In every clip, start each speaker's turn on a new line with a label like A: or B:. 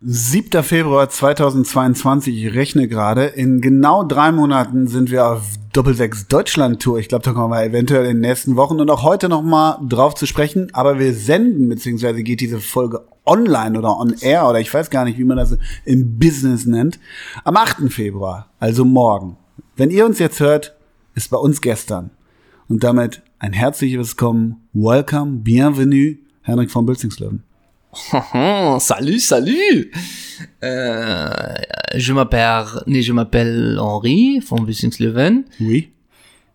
A: 7. Februar 2022, ich rechne gerade, in genau drei Monaten sind wir auf Doppelsechs Deutschland Tour. Ich glaube, da kommen wir eventuell in den nächsten Wochen und auch heute noch mal drauf zu sprechen. Aber wir senden, beziehungsweise geht diese Folge online oder on air oder ich weiß gar nicht, wie man das im Business nennt, am 8. Februar, also morgen. Wenn ihr uns jetzt hört, ist bei uns gestern. Und damit ein herzliches Willkommen, Welcome, Bienvenue, Henrik von Bülzingslöwen.
B: salut, salut. Euh, je m'appelle, nee, je m'appelle Henri von Wissingslöwen.
A: Oui.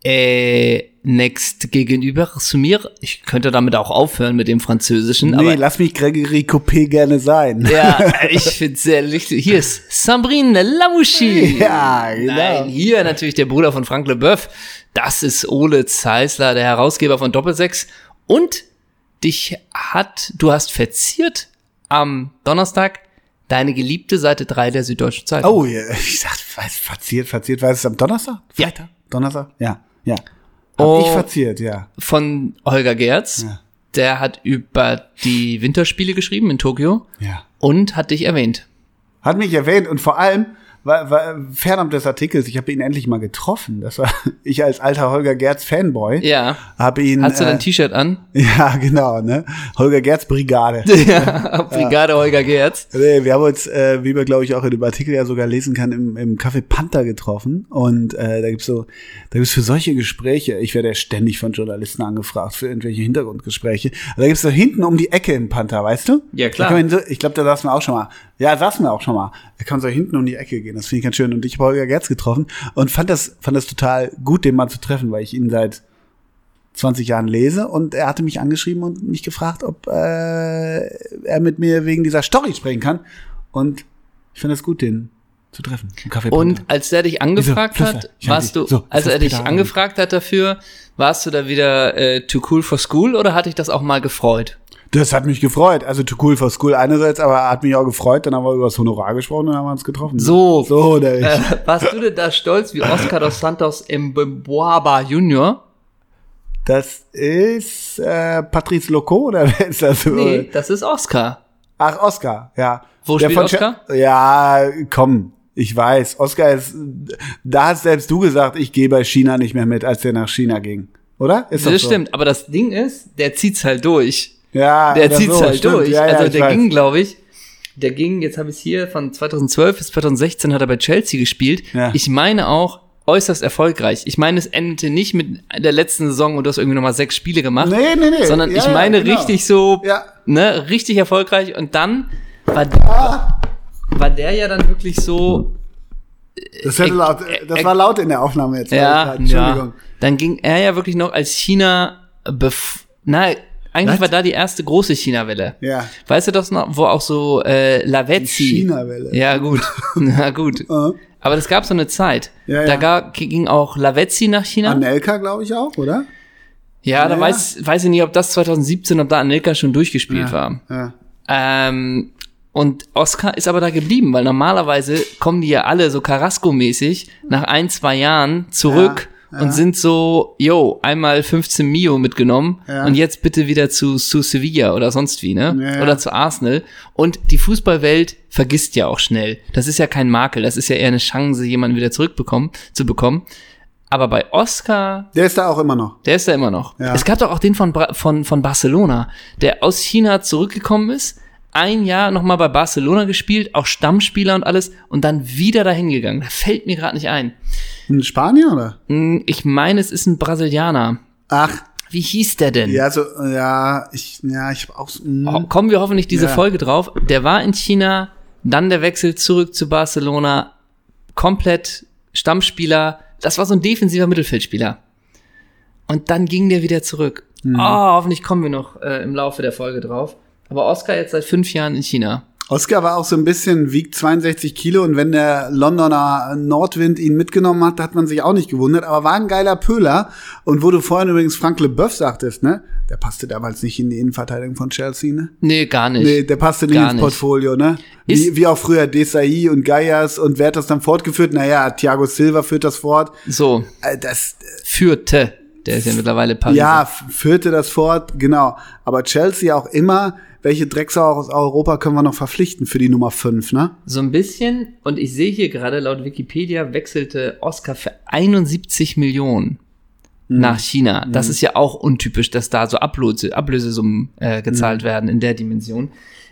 B: Äh, next gegenüber zu mir. Ich könnte damit auch aufhören mit dem Französischen,
A: Nee,
B: aber
A: lass mich Gregory Coupé gerne sein.
B: ja, ich finde sehr lustig. Hier ist Sabrine Lamouchi.
A: Ja, genau.
B: Nein, hier natürlich der Bruder von Frank Leboeuf. Das ist Ole Zeisler, der Herausgeber von Doppelsechs. Und dich hat, du hast verziert am Donnerstag deine geliebte Seite 3 der Süddeutschen Zeitung.
A: Oh, ja, ich sag, was, verziert, verziert, war es am Donnerstag?
B: ja.
A: Donnerstag? Ja, ja. Hab
B: Oh.
A: ich verziert, ja.
B: Von Holger Gerz.
A: Ja.
B: Der hat über die Winterspiele geschrieben in Tokio
A: Ja.
B: und hat dich erwähnt.
A: Hat mich erwähnt und vor allem war, war fernab des Artikels, ich habe ihn endlich mal getroffen. Das war ich als alter Holger Gerz Fanboy.
B: Ja.
A: Hab ihn.
B: Hast du dein
A: äh,
B: T-Shirt an?
A: ja, genau, ne? Holger Gerz Brigade.
B: Ja, Brigade Holger Gerz.
A: Nee, wir haben uns, äh, wie man glaube ich auch in dem Artikel ja sogar lesen kann, im, im Café Panther getroffen. Und äh, da gibt's so, da gibt's für solche Gespräche, ich werde ja ständig von Journalisten angefragt für irgendwelche Hintergrundgespräche. Aber da gibt's so hinten um die Ecke im Panther, weißt du?
B: Ja, klar.
A: Da kann man so, ich glaube, da saßen wir auch schon mal. Ja, saßen wir auch schon mal. Da kann man so hinten um die Ecke gehen. Das finde ich ganz schön. Und ich habe Holger Gerz getroffen und fand das, fand das total gut, den Mann zu treffen, weil ich ihn seit 20 Jahren lese und er hatte mich angeschrieben und mich gefragt, ob äh, er mit mir wegen dieser Story sprechen kann. Und ich finde es gut, den zu treffen. Im Café
B: Und
A: Panther.
B: als der dich angefragt
A: Wieso?
B: hat,
A: Flüster. Ich hab
B: warst
A: die-
B: du,
A: so, das
B: als
A: ist
B: er dich
A: Peter
B: angefragt hat dafür, warst du da wieder äh, too cool for school oder hat dich das auch mal gefreut?
A: das hat mich gefreut. Also too cool for school einerseits, aber hat mich auch gefreut. Dann haben wir über das Honorar gesprochen und dann haben wir uns getroffen.
B: So.
A: So, der
B: Äh,
A: ich.
B: warst du denn da stolz wie Oscar dos Santos Mbemboaba Junior?
A: Das ist äh, Patrice Loco oder wer ist das?
B: Nee, das ist Oscar.
A: Ach, Oscar, ja.
B: Wo spielt
A: von Scher- Ja, komm, ich weiß. Oscar ist, da hast selbst du gesagt, ich gehe bei China nicht mehr mit, als der nach China ging. Oder? Ist doch
B: Das
A: so.
B: stimmt, aber das Ding ist, der zieht's halt durch.
A: Ah, Ja,
B: Der
A: oder
B: zieht's
A: so,
B: halt
A: stimmt.
B: durch.
A: Ja, ja,
B: also
A: ich
B: der
A: weiß.
B: ging, glaube ich, der ging, jetzt habe ich hier, von 2012 bis 2016 hat er bei Chelsea gespielt.
A: Ja.
B: Ich meine auch äußerst erfolgreich. Ich meine, es endete nicht mit der letzten Saison und du hast irgendwie nochmal sechs Spiele gemacht.
A: Nee, nee, nee.
B: Sondern
A: Ja,
B: ich
A: ja,
B: meine
A: genau.
B: richtig so,
A: Ja.
B: ne, richtig erfolgreich und dann war,
A: Ah.
B: war der ja dann wirklich so,
A: Das, hätte
B: Äh,
A: laut,
B: äh,
A: das
B: äh,
A: war laut in der Aufnahme jetzt.
B: ja,
A: weil ich grad-
B: ja, dann ging er ja wirklich noch als China, bef na, eigentlich
A: Was?
B: war da die erste große China-Welle.
A: Ja.
B: Weißt du das noch, wo auch so äh, Lavezzi.
A: China-Welle.
B: Ja, gut. Na gut.
A: Äh,
B: Aber das gab so eine Zeit.
A: Ja,
B: da
A: ja.
B: gab, ging auch Lavezzi nach China.
A: Anelka, glaube ich auch, oder?
B: ja, da
A: Ja.
B: weiß, weiß ich nicht, ob das 2017, ob da Anelka schon durchgespielt war.
A: Ja.
B: Ähm, und Oscar ist aber da geblieben, weil normalerweise kommen die ja alle so Carrasco-mäßig nach ein, zwei Jahren zurück
A: Ja,
B: und
A: ja.
B: sind so, yo, einmal 15 Mio mitgenommen
A: Ja.
B: und jetzt bitte wieder zu, zu Sevilla oder sonst wie, ne?
A: Ja, ja.
B: Oder zu Arsenal. Und die Fußballwelt vergisst ja auch schnell. Das ist ja kein Makel, das ist ja eher eine Chance, jemanden wieder zurückbekommen, zu bekommen. Aber bei Oscar
A: Der ist da auch immer noch.
B: der ist da immer noch.
A: Ja.
B: Es gab doch auch den von, Bra von, von Barcelona, der aus China zurückgekommen ist, ein Jahr nochmal bei Barcelona gespielt, auch Stammspieler und alles, und dann wieder dahin gegangen. Da fällt mir gerade nicht ein.
A: In Spanien, oder?
B: Hm, Ich meine, es ist ein Brasilianer.
A: Ach,
B: Wie hieß der denn?
A: ja, so, ja, ich, ja, ich hab auch, hm. mh,
B: Ho- Kommen wir hoffentlich diese
A: Mhm. Ja.
B: Folge drauf. Der war in China, dann der Wechsel zurück zu Barcelona, komplett Stammspieler. Das war so ein defensiver Mittelfeldspieler. Und dann ging der wieder zurück.
A: Mhm.
B: Ah, hoffentlich kommen wir noch äh, im Laufe der Folge drauf. Aber Oscar jetzt seit fünf Jahren in China.
A: Oscar war auch so ein bisschen, wiegt 62 Kilo und wenn der Londoner Nordwind ihn mitgenommen hat, hat man sich auch nicht gewundert, aber war ein geiler Pöhler. Und wo du vorhin übrigens Frank Leboeuf sagtest, ne? Der passte damals nicht in die Innenverteidigung von Chelsea, ne?
B: Nee, gar nicht.
A: Nee, der passte nicht
B: Gar
A: ins
B: nicht.
A: Portfolio, ne? Wie,
B: Ist-
A: wie auch früher Desai und Gaias und wer hat das dann fortgeführt? Naja, Thiago Silva führt das fort.
B: So,
A: Äh, Das,
B: führte. Der ist ja mittlerweile Paris.
A: Ja, f- führte das fort, genau. Aber Chelsea auch immer, welche Drecksau aus Europa können wir noch verpflichten für die Nummer 5, ne?
B: So ein bisschen, und ich sehe hier gerade, laut Wikipedia wechselte Oscar für 71 Millionen nach China. Das ist ja auch untypisch, dass da so Ablöse, Ablösesummen äh, gezahlt werden in der Dimension.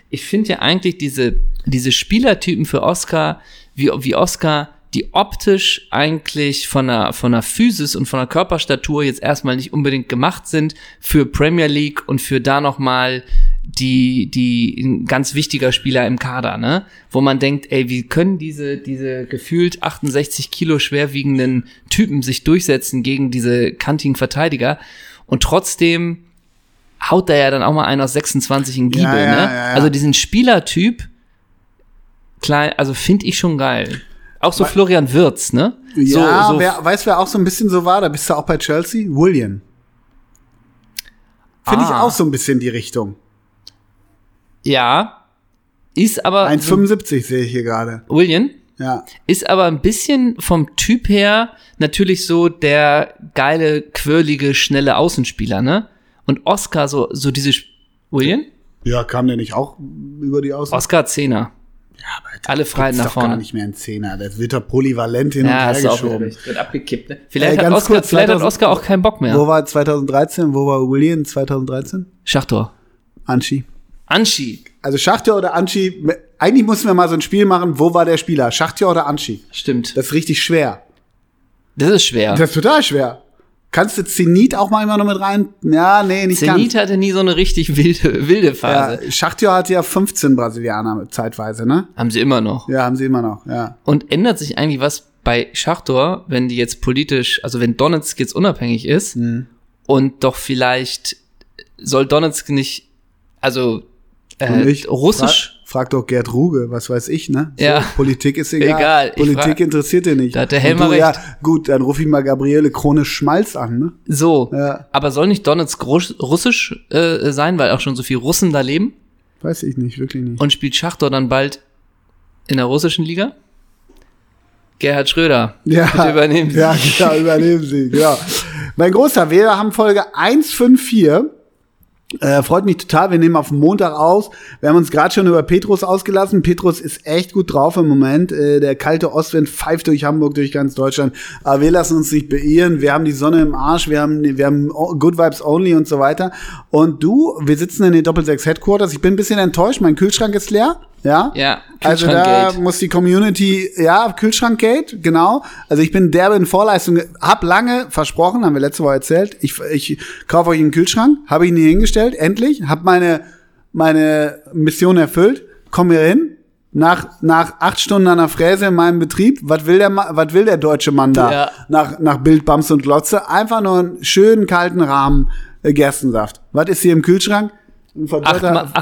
B: Ich finde ja eigentlich diese, diese Spielertypen für Oscar, wie, wie Oscar, die optisch eigentlich von der, von der Physis und von der Körperstatur jetzt erstmal nicht unbedingt gemacht sind für Premier League und für da nochmal die, die ein ganz wichtiger Spieler im Kader, ne? Wo man denkt, ey, wie können diese, diese gefühlt 68 Kilo schwerwiegenden Typen sich durchsetzen gegen diese kantigen Verteidiger? Und trotzdem haut da ja dann auch mal einer aus 26 in den Giebel,
A: Ja, ja,
B: ne?
A: ja, ja.
B: Also diesen Spielertyp, klein, also finde ich schon geil. Auch so Florian Wirtz, ne?
A: Ja,
B: so, so
A: wer, weißt wer auch so ein bisschen so war? Da bist du auch bei Chelsea? William. Finde ich
B: Ah.
A: auch so ein bisschen die Richtung.
B: ja. Ist aber,
A: 1,75 sehe ich hier gerade.
B: William,
A: Ja.
B: Ist aber ein bisschen vom Typ her natürlich so der geile, quirlige, schnelle Außenspieler, ne? Und Oscar, so, so diese. Sp- William?
A: Ja, kam der nicht auch über die Außen?
B: Oscar Zehner. Alle Freien
A: Gibt's
B: nach
A: doch gar
B: vorne.
A: nicht mehr ein Zehner. Das wird doch polyvalent hin
B: Ja,
A: und
B: ist
A: her
B: auch wieder
A: geschoben.
B: recht. Wird abgekippt, ne? Vielleicht,
A: Äh,
B: hat,
A: ganz
B: Oscar,
A: kurz,
B: vielleicht hat
A: 2000
B: Oscar auch keinen Bock mehr.
A: Wo war 2013? Wo war William 2013?
B: Schachtor.
A: Anschi.
B: Anschi.
A: Also Schachtja oder Anschi, eigentlich mussten wir mal so ein Spiel machen, wo war der Spieler? Schachtja oder Anschi?
B: Stimmt.
A: Das ist richtig schwer.
B: Das ist schwer.
A: Das ist total schwer. Kannst du Zenit auch mal immer noch mit rein? Ja, nee, nicht
B: Zenit hatte nie so eine richtig wilde, wilde
A: ganz.
B: Phase.
A: Ja, Schachtja hatte Also, ja 15 Brasilianer zeitweise, ne?
B: Haben sie immer noch.
A: Ja, haben sie immer noch, ja.
B: Und ändert sich eigentlich was bei Schachtor, wenn die jetzt politisch, also wenn Donetsk jetzt unabhängig ist
A: Mhm.
B: und doch vielleicht soll Donetsk nicht, also
A: Und
B: äh, russisch,
A: Frag, frag doch Gerd Ruge, was weiß ich, ne? So,
B: Ja.
A: Politik ist egal.
B: Egal, ich
A: Politik
B: frag-
A: interessiert dir nicht.
B: Da hat der
A: Und
B: Helmer
A: du,
B: recht.
A: Ja, gut, dann ruf ich mal Gabriele Krone Schmalz an, ne?
B: so,
A: Ja.
B: aber soll nicht Donetsk russ, russisch äh, sein, weil auch schon so viel Russen da leben
A: Weiß ich nicht, wirklich nicht.
B: und spielt Schachtor dann bald in der russischen Liga? Gerhard Schröder, bitte übernehmen Sie.
A: Ja, ja, übernehmen Sie, genau. Mein großer, wir haben Folge 154. Äh, freut mich total, wir nehmen auf Montag aus. Wir haben uns gerade schon über Petrus ausgelassen. Petrus ist echt gut drauf im Moment. Äh, der kalte Ostwind pfeift durch Hamburg, durch ganz Deutschland. Aber wir lassen uns nicht beirren. Wir haben die Sonne im Arsch, wir haben, wir haben o- Good Vibes Only und so weiter. Und du, wir sitzen in den Doppelsechs Headquarters. Ich bin ein bisschen enttäuscht, mein Kühlschrank ist leer. Ja?
B: Ja,
A: Also da
B: Kühlschrankgate.
A: muss die Community, ja, Kühlschrankgate, genau. Also ich bin derbe in Vorleistung, hab lange versprochen, haben wir letzte Woche erzählt, ich, ich kaufe euch einen Kühlschrank, habe ihn hier hingestellt, endlich, hab meine, meine Mission erfüllt, komm hier hin, nach, nach acht Stunden an der Fräse in meinem Betrieb, was will der, Ma- was will der deutsche Mann da?
B: Ja.
A: Nach, nach Bild, Bams und Glotze, einfach nur einen schönen kalten Rahmen äh, Gerstensaft. Was ist hier im Kühlschrank? Ein verdörrter,
B: Achtmal- achtmal-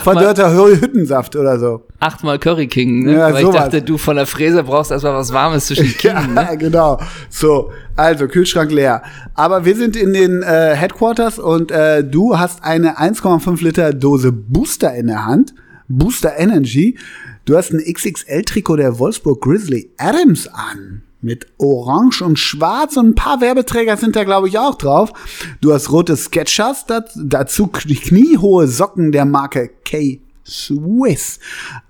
A: verdörrter Hüttensaft oder so.
B: Achtmal Curry King, ne?
A: Ja,
B: weil ich
A: sowas.
B: dachte, du von der Fräse brauchst erstmal was Warmes zwischen die Kiemen, ne?
A: Ja, genau. So, also Kühlschrank leer. Aber wir sind in den äh, Headquarters und äh, du hast eine 1,5 Liter Dose Booster in der Hand. Booster Energy. Du hast ein XXL-Trikot der Wolfsburg Grizzly Adams an. Mit Orange und Schwarz und ein paar Werbeträger sind da, glaube ich, auch drauf. Du hast rote Sketchers, dat- dazu kn- kniehohe Socken der Marke K. Swiss.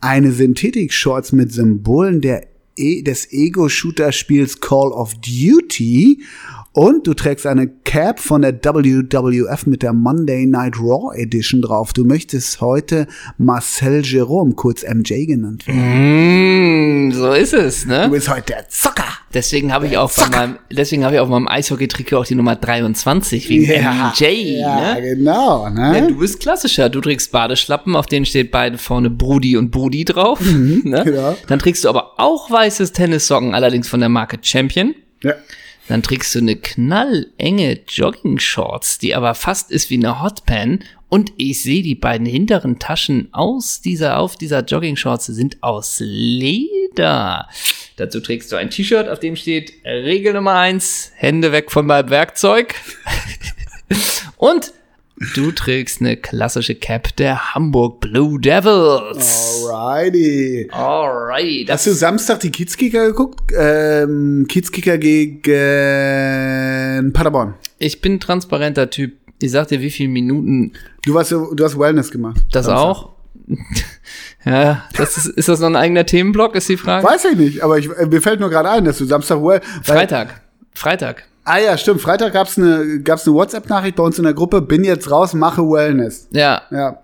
A: Eine Synthetik-Shorts mit Symbolen der E- des Ego-Shooter-Spiels Call of Duty und du trägst eine Cap von der WWF mit der Monday Night Raw Edition drauf. Du möchtest heute Marcel Jerome, kurz MJ genannt werden.
B: Mm, so ist es,
A: Du
B: ne?
A: bist heute der Zocker.
B: Deswegen habe ich auch von meinem, deswegen habe ich auf meinem Eishockey-Trikot auch die Nummer 23 wegen MJ,
A: ja
B: ne?
A: genau.
B: Ja,
A: Ne?
B: du bist klassischer. Du trägst Badeschlappen, auf denen steht beide vorne Brudi und Budi drauf. ne?
A: genau.
B: Dann trägst du aber auch weißes Tennissocken, allerdings von der Marke Champion.
A: Ja.
B: Dann trägst du eine knallenge Jogging-Shorts, die aber fast ist wie eine Hotpan. Und ich sehe, die beiden hinteren Taschen aus dieser, auf dieser Jogging-Shorts sind aus Leder. Dazu trägst du ein T-Shirt, auf dem steht Regel Nummer eins: Hände weg von meinem Werkzeug. Und Du trägst eine klassische Cap der Hamburg Blue Devils.
A: Alrighty.
B: Alright.
A: Hast du Samstag die Kiezkicker geguckt? Ähm, Kiezkicker gegen Paderborn.
B: ich bin ein transparenter Typ. Ich sag dir, wie viele Minuten
A: Du, warst, ja- du hast Wellness gemacht.
B: das
A: Samstag.
B: auch. ja, das ist, ist das noch ein eigener Themenblock, ist die Frage?
A: Weiß ich nicht, aber ich, äh, mir fällt nur gerade ein, dass du Samstag well, weil-
B: Freitag. Freitag.
A: Ah ja, stimmt. Freitag gab's eine gab's eine WhatsApp-Nachricht bei uns in der Gruppe. Bin jetzt raus, mache Wellness.
B: Ja,
A: Ja.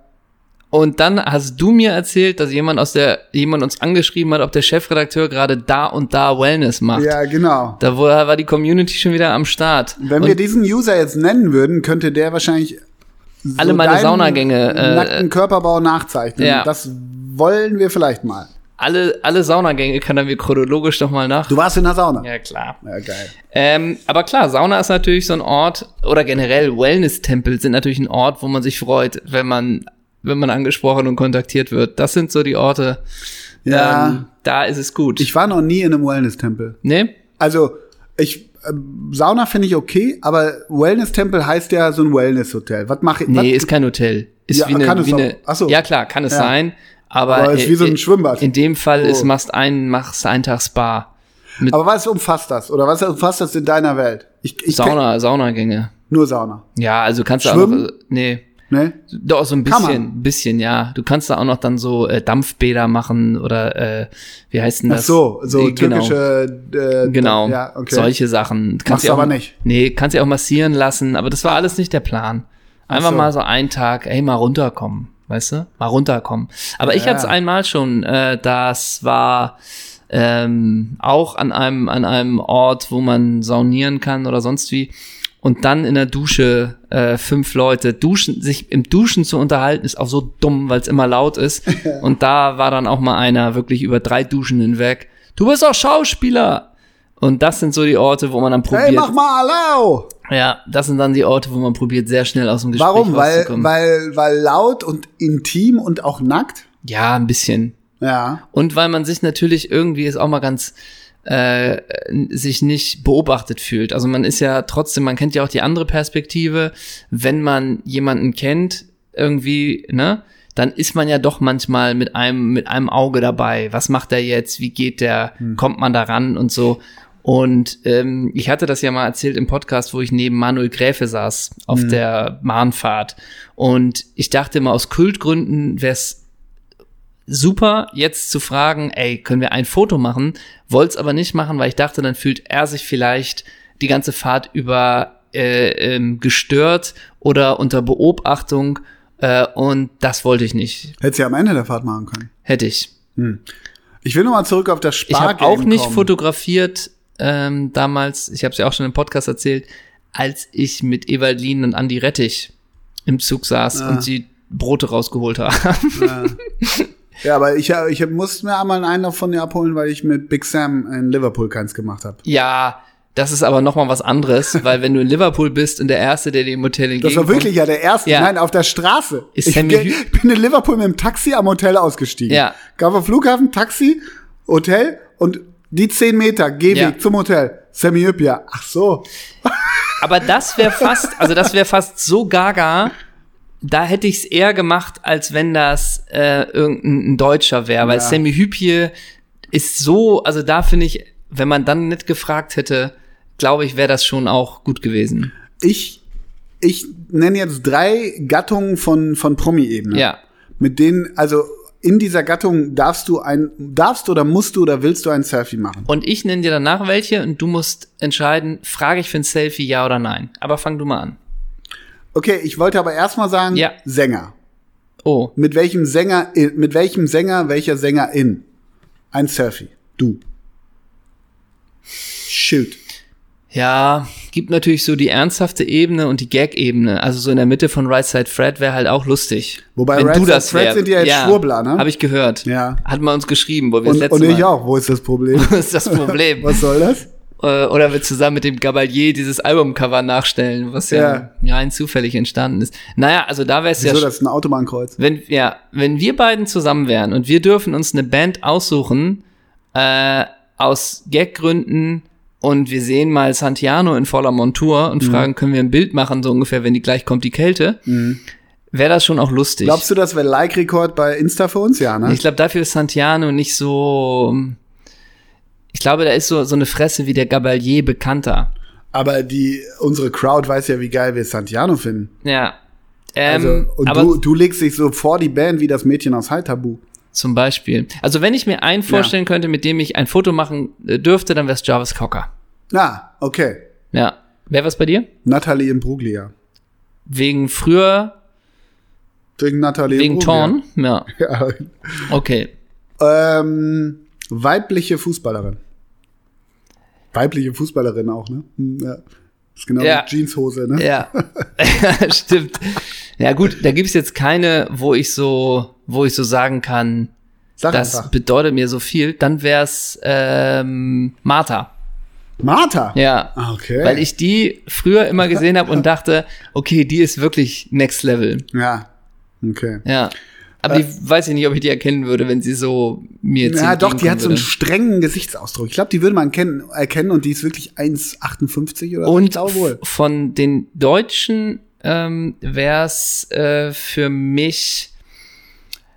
B: Und dann hast du mir erzählt, dass jemand aus der, jemand uns angeschrieben hat, ob der Chefredakteur gerade da und da Wellness macht.
A: Ja, genau.
B: Da wo- war die Community schon wieder am Start.
A: Wenn
B: und
A: wir diesen User jetzt nennen würden, könnte der wahrscheinlich so
B: Alle meine
A: deinen
B: Saunagänge, äh,
A: nackten Körperbau nachzeichnen.
B: ja.
A: Das wollen wir vielleicht mal.
B: alle, alle Saunagänge kann er mir chronologisch nochmal nach.
A: Du warst in der Sauna.
B: Ja, klar.
A: Ja, geil.
B: Ähm, aber klar, Sauna ist natürlich so ein Ort, oder generell Wellness-Tempel sind natürlich ein Ort, wo man sich freut, wenn man, wenn man angesprochen und kontaktiert wird. Das sind so die Orte.
A: Ja.
B: Ähm, da ist es gut.
A: Ich war noch nie in einem Wellness-Tempel.
B: ne?
A: Also, ich ähm, Sauna finde ich okay, aber Wellness-Tempel heißt ja so ein Wellness-Hotel. Was mache ich?
B: Nee,
A: was,
B: ist kein Hotel. Ist
A: Ja,
B: wie eine,
A: kann es
B: wie
A: auch.
B: eine
A: Ach so.
B: Ja, klar, kann es
A: Ja.
B: sein. Aber,
A: Aber es ist wie so ein
B: äh,
A: Schwimmbad.
B: In dem Fall ist,
A: Oh.
B: machst einen, machst einen Tag Spa.
A: aber was umfasst das? Oder was umfasst das in deiner Welt? Ich, ich kenn-
B: Sauna, Saunagänge.
A: Nur Sauna.
B: Ja, also kannst du
A: Schwimmen?
B: auch noch, nee,
A: Ne?
B: doch so ein
A: Kann man.
B: bisschen, bisschen, ja. Du kannst da auch noch dann so äh, Dampfbäder machen oder äh, wie heißt denn
A: Ach
B: das? genau.
A: so, so
B: Nee,
A: türkische. Äh,
B: Genau, genau.
A: Ja, okay.
B: solche Sachen. Kannst
A: Machst
B: dir
A: du
B: auch,
A: aber nicht.
B: Nee, kannst dir auch massieren lassen, aber das war alles nicht der Plan. Einfach
A: Ach so.
B: mal so einen Tag, ey, mal runterkommen, weißt du? Mal runterkommen. Aber ich
A: Ja.
B: hatte es einmal schon, äh, das war ähm, auch an einem, an einem Ort, wo man saunieren kann oder sonst wie. Und dann in der Dusche äh, fünf Leute duschen, sich im Duschen zu unterhalten, ist auch so dumm, weil es immer laut ist. Und da war dann auch mal einer wirklich über drei Duschen hinweg. Du bist auch Schauspieler. Und das sind so die Orte, wo man dann probiert.
A: Hey, mach mal Alau!
B: Ja, das sind dann die Orte, wo man probiert, sehr schnell aus dem Gespräch
A: Warum? Weil,
B: rauszukommen.
A: weil, weil laut und intim und auch nackt?
B: ja, ein bisschen.
A: Ja.
B: Und weil man sich natürlich irgendwie ist auch mal ganz äh, sich nicht beobachtet fühlt. Also man ist ja trotzdem, man kennt ja auch die andere Perspektive. Wenn man jemanden kennt, irgendwie, ne, dann ist man ja doch manchmal mit einem, mit einem Auge dabei. Was macht er jetzt? Wie geht der? Kommt man daran und so? Und ähm, ich hatte das ja mal erzählt im Podcast, wo ich neben Manuel Gräfe saß auf der Mahnfahrt. Und ich dachte immer, aus Kultgründen wäre es super, jetzt zu fragen, ey, können wir ein Foto machen? Wollt's aber nicht machen, weil ich dachte, dann fühlt er sich vielleicht die ganze Fahrt über äh, ähm, gestört oder unter Beobachtung. Äh, und das wollte ich nicht.
A: Hättest ja am Ende der Fahrt machen können.
B: Hätte ich.
A: Ich will nochmal zurück auf das
B: Ich
A: Spargame
B: habe auch nicht
A: kommen.
B: fotografiert ähm, damals, ich habe es ja auch schon im Podcast erzählt, als ich mit Evalin und Andi Rettich im Zug saß
A: Ah.
B: und sie Brote rausgeholt haben.
A: Ja, aber ich, hab- ich musste mir einmal einen von dir abholen, weil ich mit Big Sam in Liverpool keins gemacht habe.
B: ja, das ist aber nochmal was anderes, weil wenn du in Liverpool bist und der Erste, der dir im
A: Das
B: Hotel
A: war
B: entgegenkommt,
A: wirklich ja der erste.
B: Ja.
A: Nein, auf der Straße.
B: Ist
A: ich
B: Sammy
A: bin,
B: Hü-
A: bin in Liverpool mit dem Taxi am Hotel ausgestiegen.
B: Ja.
A: Gab auf Flughafen, Taxi, Hotel und die 10 Meter Gehweg
B: Ja.
A: zum Hotel. Sammy Hübia. Ach so.
B: Aber das wäre fast, also das wäre fast so gaga, da hätte ich es eher gemacht, als wenn das äh, irgendein ein Deutscher wäre. Weil
A: Ja.
B: Sammy Hübje ist so, also da finde ich, wenn man dann nicht gefragt hätte, glaube ich, wäre das schon auch gut gewesen.
A: Ich, ich nenne jetzt drei Gattungen von, von Promi-Ebene.
B: Ja.
A: Mit denen, also in dieser Gattung darfst du ein, darfst oder musst du oder willst du ein Selfie machen.
B: Und ich nenne dir danach welche und du musst entscheiden, frage ich für ein Selfie ja oder nein. Aber fang du mal an.
A: Okay, ich wollte aber erstmal sagen,
B: Ja.
A: Sänger.
B: Oh,
A: Mit welchem Sänger, äh, mit welchem Sänger, welcher Sänger in? Ein Selfie. Du. Schild.
B: Ja, gibt natürlich so die ernsthafte Ebene und die Gag-Ebene. Also so in der Mitte von Right Side Fred wäre halt auch lustig.
A: Wobei
B: Wenn
A: Right
B: du
A: Side
B: das
A: Fred
B: wär-
A: sind ja jetzt Schwurbler, ne?
B: Hab ich gehört.
A: Ja.
B: Hat man uns geschrieben, wo wir das
A: Und,
B: letzte
A: und ich
B: Mal.
A: auch. Wo ist das Problem?
B: Das ist das Problem.
A: Was soll das?
B: Äh, Oder wir zusammen mit dem Gabalier dieses Albumcover nachstellen, was ja, rein zufällig entstanden ist. Naja, also da wäre es ja
A: Wieso, das ist ein Autobahnkreuz.
B: wenn, ja, wenn wir beiden zusammen wären und wir dürfen uns eine Band aussuchen, äh, aus Gaggründen und wir sehen mal Santiano in voller Montur
A: Mhm.
B: und fragen, können wir ein Bild machen, so ungefähr, wenn die gleich kommt, die Kälte, wäre das schon auch lustig.
A: Mhm. Glaubst du, das wäre Like-Rekord bei Insta für uns? Ja, ne?
B: Ich glaube, dafür ist Santiano nicht so. Ich glaube, da ist so, so eine Fresse wie der Gabalier bekannter.
A: Aber die, unsere Crowd weiß ja, wie geil wir Santiano finden.
B: Ja. Ähm,
A: Also, und
B: aber
A: du, du legst dich so vor die Band wie das Mädchen aus High Tabu.
B: zum Beispiel. Also, wenn ich mir einen vorstellen könnte, mit dem ich ein Foto machen äh, dürfte, dann wäre es Jarvis Cocker.
A: Na, okay.
B: Ja. Wäre was bei dir?
A: Natalie Imbruglia.
B: Wegen früher,
A: Wegen Natalie
B: wegen Torn? Ja.
A: Ja.
B: Okay.
A: Ähm, weibliche Fußballerin. Weibliche Fußballerin auch, ne? Hm, Ja. Ist genau
B: Ja.
A: wie Jeanshose, ne?
B: Ja. Stimmt. Ja, gut, da gibt's jetzt keine, wo ich so, wo ich so sagen kann,
A: Sag
B: das
A: einfach.
B: bedeutet mir so viel, dann wär's ähm, Martha.
A: Martha.
B: Ja.
A: Ah, Okay.
B: Weil ich die früher immer gesehen habe und dachte, okay, die ist wirklich next level.
A: ja. Okay.
B: Ja. Aber die weiß ich nicht, ob ich die erkennen würde, wenn sie so mir jetzt
A: Ja, Äh. doch, die
B: entgegenkommen
A: hat so einen
B: würde.
A: strengen Gesichtsausdruck. Ich glaube, die würde man kennen, erkennen und die ist wirklich 1,58 oder so. Ich
B: Und
A: glaube wohl.
B: f- von den Deutschen ähm, wär's äh, für mich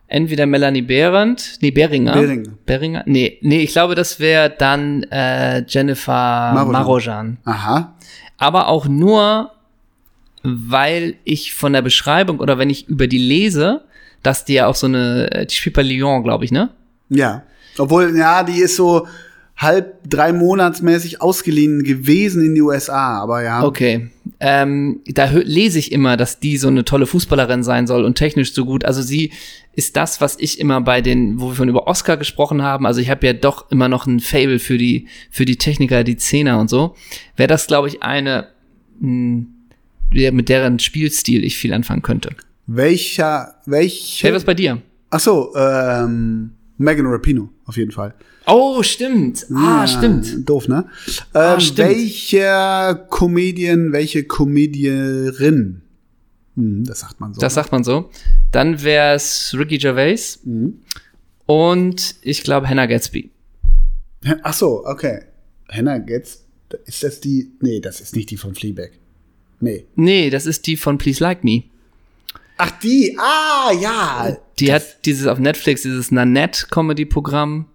B: entweder Melanie Behrendt, nee, Behringer.
A: Behringer.
B: Behringer? Nee, nee, ich glaube, das wäre dann äh, Jennifer
A: Marojan.
B: Marojan.
A: Aha.
B: Aber auch nur, weil ich von der Beschreibung oder wenn ich über die lese, dass die ja auch so eine, äh, die spielt bei Lyon, glaube ich, ne?
A: Ja. Obwohl, ja, die ist so halb drei monatsmäßig ausgeliehen gewesen in die USA, aber
B: Ah.
A: ja.
B: Okay. Ähm, da hö- lese ich immer, dass die so eine tolle Fußballerin sein soll und technisch so gut. Also sie ist das, was ich immer bei den, wo wir von über Oscar gesprochen haben. Also ich habe ja doch immer noch ein Fable für die, für die Techniker, die Zehner und so. Wäre das, glaube ich, eine, mh, der- mit deren Spielstil ich viel anfangen könnte.
A: Welcher,
B: Wäre
A: welcher?
B: was bei dir?
A: Ach so, ähm, Megan Rapino, auf jeden Fall.
B: Oh, stimmt. Ah, stimmt.
A: Doof, ne? Ähm,
B: Ah, stimmt.
A: Welcher Comedian, welche Comedierin? Hm, das sagt man so.
B: Das sagt man so. Dann wäre es Ricky Gervais
A: Mhm.
B: und ich glaube Hannah Gatsby.
A: Ach so, okay. Hannah Getz, ist das die? Nee, das ist nicht die von Fleabag. Nee.
B: Nee, das ist die von Please Like Me.
A: Ach, die? Ah, ja.
B: Die hat dieses auf Netflix, dieses Nanette-Comedy-Programm.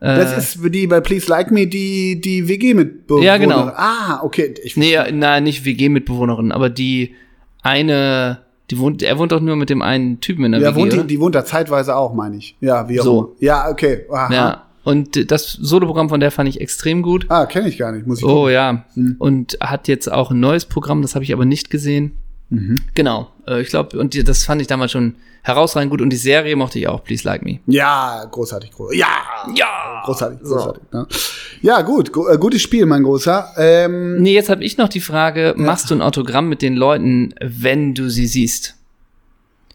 B: Äh,
A: Das ist die bei Please Like Me, die, die WG mit
B: Ja, genau.
A: Ah, okay. Ich,
B: Nee, ja, na, nicht WG-Mitbewohnerin, aber die eine, die wohnt, er wohnt doch nur mit dem einen Typen in der
A: ja,
B: WG.
A: wohnt
B: oder?
A: die, die wohnt da zeitweise auch, meine ich. Ja, wie auch
B: So.
A: immer. Ja, okay. Aha.
B: ja. Und äh, das Solo-Programm von der fand ich extrem gut.
A: Ah, kenne ich gar nicht. Muss ich
B: Oh ja.
A: Hm.
B: Und hat jetzt auch ein neues Programm, das habe ich aber nicht gesehen.
A: Mhm.
B: Genau. Äh, ich glaube, und die, das fand ich damals schon herausragend gut. Und die Serie mochte ich auch, Please Like Me.
A: Ja, großartig. Groß ja,
B: Ja!
A: großartig. großartig ne? Ja, gut. gu- äh, gutes Spiel, mein Großer. Ähm,
B: Nee, jetzt habe ich noch die Frage, machst du ein Autogramm mit den Leuten, wenn du sie siehst?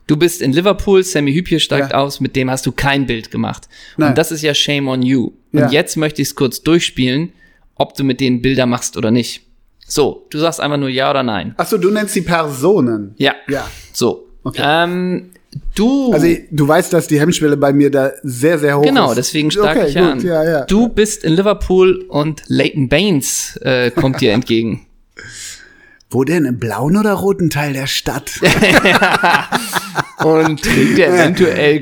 B: Du bist in Liverpool, Sammy Hübje steigt
A: Ja.
B: aus, mit dem hast du kein Bild gemacht.
A: Nein.
B: Und das ist ja Shame on You.
A: Ja.
B: Und jetzt möchte ich es kurz durchspielen, ob du mit denen Bilder machst oder nicht. So, du sagst einfach nur ja oder nein.
A: Achso, du nennst die Personen.
B: Ja.
A: Ja.
B: So.
A: Okay.
B: Ähm, du.
A: Also, ich- du weißt, dass die Hemmschwelle bei mir da sehr, sehr hoch ist.
B: Oh. Genau, deswegen stark
A: okay,
B: ich ja
A: gut,
B: an.
A: Ja, ja.
B: Du bist in Liverpool und Leighton Baines äh, kommt dir entgegen.
A: Wo denn? Im blauen oder roten Teil der Stadt?
B: Und trägt er eventuell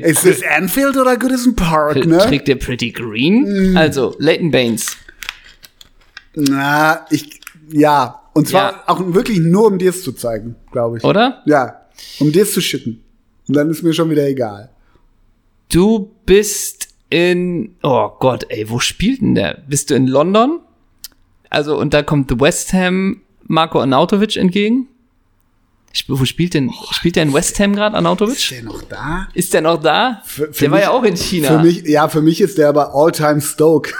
A: ist es Anfield oder Goodison Park, ne? Mhm.
B: Trägt der Pretty Green? Also, Leighton Baines.
A: Na, ich, ja. Und zwar
B: Ja.
A: auch wirklich nur, um dir es zu zeigen, glaube ich.
B: Oder?
A: Ja. Um dir es zu schicken. Und dann ist mir schon wieder egal.
B: Du bist in. Oh Gott, ey, wo spielt denn der? Bist du in London? Also, und da kommt West Ham Marco Arnautovic entgegen. Sp- Wo spielt denn.
A: Oh,
B: Spielt der in West Ham gerade
A: Ist
B: Arnautovic?
A: der noch da?
B: Ist der noch da?
A: Für- für
B: der war
A: mich-
B: ja auch in China.
A: Für mich, ja, für mich ist der aber all-time Stoke.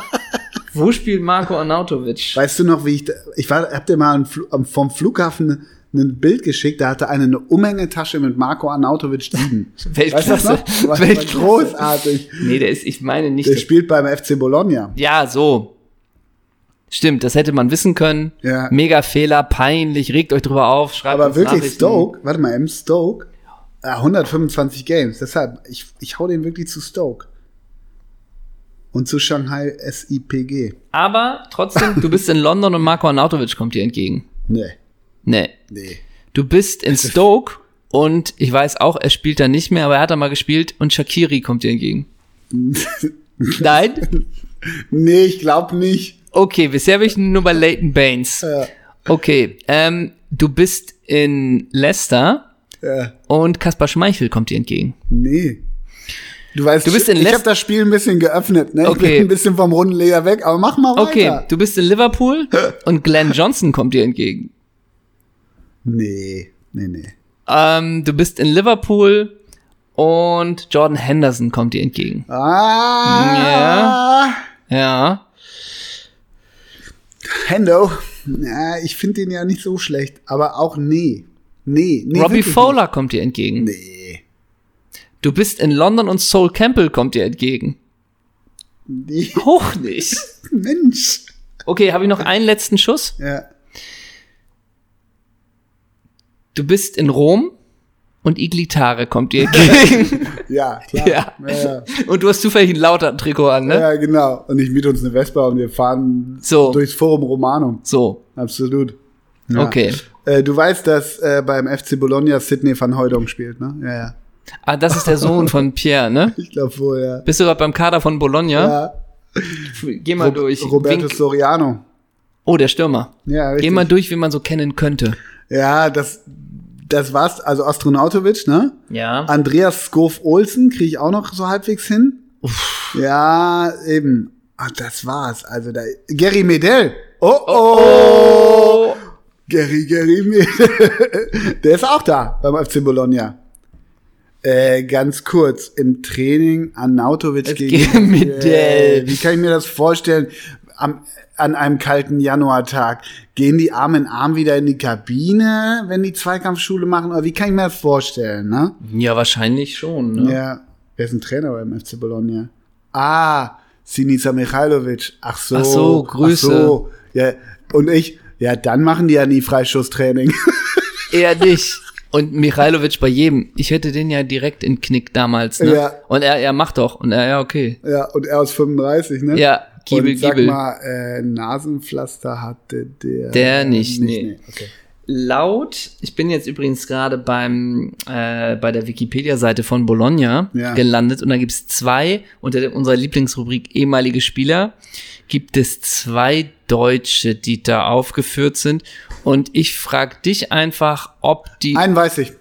B: Wo spielt Marco Arnautovic?
A: Weißt du noch, wie ich, da- ich war, hab dir mal ein, Fl- am- vom Flughafen ein Bild geschickt, da hatte einer eine Umhängetasche mit Marco Arnautovic 7. Weißt du das
B: Weltklasse.
A: noch? War, war
B: Weltklasse.
A: großartig.
B: Nee, der ist, ich meine nicht.
A: Der
B: Der
A: spielt beim FC Bologna.
B: Ja, so. Stimmt, das hätte man wissen können.
A: Ja.
B: Mega Fehler, peinlich, regt euch drüber auf, schreibt
A: Aber
B: uns
A: wirklich
B: Nachrichten.
A: Stoke, warte mal, M. Stoke, Ah, äh, 125 Games. Deshalb, ich, ich hau den wirklich zu Stoke. und zu Shanghai SIPG.
B: Aber trotzdem, du bist in London und Marco Arnautovic kommt dir entgegen.
A: Nee,
B: Nee.
A: nee.
B: Du bist in Stoke und ich weiß auch, er spielt da nicht mehr, aber er hat da mal gespielt und Shakiri kommt dir entgegen. Nein?
A: Nee, ich glaube nicht.
B: Okay, bisher bin ich nur bei Leighton Baines.
A: Ja,
B: Okay, ähm, du bist in Leicester
A: ja,
B: und Kaspar Schmeichel kommt dir entgegen.
A: nee. Du weißt,
B: Du bist in
A: ich
B: Leicester-
A: habe das Spiel ein bisschen geöffnet, ne? Ich
B: Okay.
A: bin ein bisschen vom Rundenleger weg, aber mach mal
B: Okay,
A: weiter.
B: du bist in Liverpool und Glenn Johnson kommt dir entgegen.
A: Nee, nee, nee.
B: Ähm, du bist in Liverpool und Jordan Henderson kommt dir entgegen.
A: Ah!
B: Ja. Ja.
A: Hendo. Ja, ich finde den ja nicht so schlecht, aber auch nee. Nee, nee.
B: Robbie
A: wirklich nicht.
B: Fowler kommt dir entgegen.
A: Nee.
B: Du bist in London und Sol Campbell kommt dir entgegen.
A: nee.
B: Hoch nicht.
A: Mensch.
B: Okay, habe ich noch einen letzten Schuss?
A: Ja.
B: Du bist in Rom und Iglitare kommt dir entgegen.
A: Ja, klar.
B: Ja.
A: ja.
B: und du hast zufällig ein lauter Trikot an, ne?
A: Ja, genau. Und ich miete uns eine Vespa und wir fahren
B: So.
A: durchs Forum Romanum.
B: So,
A: Absolut. Ja.
B: okay.
A: Äh, du weißt, dass äh, beim FC Bologna Sidney van Heudong spielt, ne? Ja, ja.
B: Ah, das ist der Sohn von Pierre, ne?
A: Ich glaube vorher.
B: Bist du gerade beim Kader von Bologna?
A: Ja.
B: Geh mal
A: Rob-
B: durch.
A: Roberto
B: Wink.
A: Soriano.
B: Oh, der Stürmer.
A: Ja,
B: Geh
A: richtig.
B: mal durch, wie man so kennen könnte.
A: ja, das, das war's. Also Astronautovic, ne?
B: Ja.
A: Andreas Skof Olsen kriege ich auch noch so halbwegs hin. Ja, eben. Ach, das war's. Also da. Gary Medell. Oh oh.
B: Oh.
A: Gary, Gary Medell. Der ist auch da beim FC Bologna. Äh, ganz kurz, im Training an Nautovic
B: Es
A: gegen Äh,
B: geht Medell.
A: Wie kann ich mir das vorstellen? Am, an einem kalten Januartag. Gehen die Arm in Arm wieder in die Kabine, wenn die Zweikampfschule machen? Oder wie kann ich mir das vorstellen, ne?
B: Ja, wahrscheinlich schon. Ne?
A: Ja, wer ist ein Trainer beim FC Bologna? Ah, Sinisa Michailovic. Ach so.
B: Ach so, Grüße.
A: Ach so. Ja, und ich, ja, dann machen die ja nie Freischusstraining.
B: Er nicht. Und Michailovic bei jedem. Ich hätte den ja direkt in Knick damals. Ne?
A: Ja.
B: Und er, er macht doch. Und er, ja, okay.
A: ja, und er aus 35, ne?
B: Ja, Giebel,
A: und sag
B: Giebel.
A: mal, äh, Nasenpflaster hatte der.
B: Der nicht, nee.
A: Okay.
B: Laut, ich bin jetzt übrigens gerade beim äh, bei der Wikipedia-Seite von Bologna
A: Ja.
B: gelandet und da gibt es zwei, unter der, unserer Lieblingsrubrik ehemalige Spieler, gibt es zwei Deutsche, die da aufgeführt sind. Und ich frage dich einfach, ob die.
A: Einen weiß ich.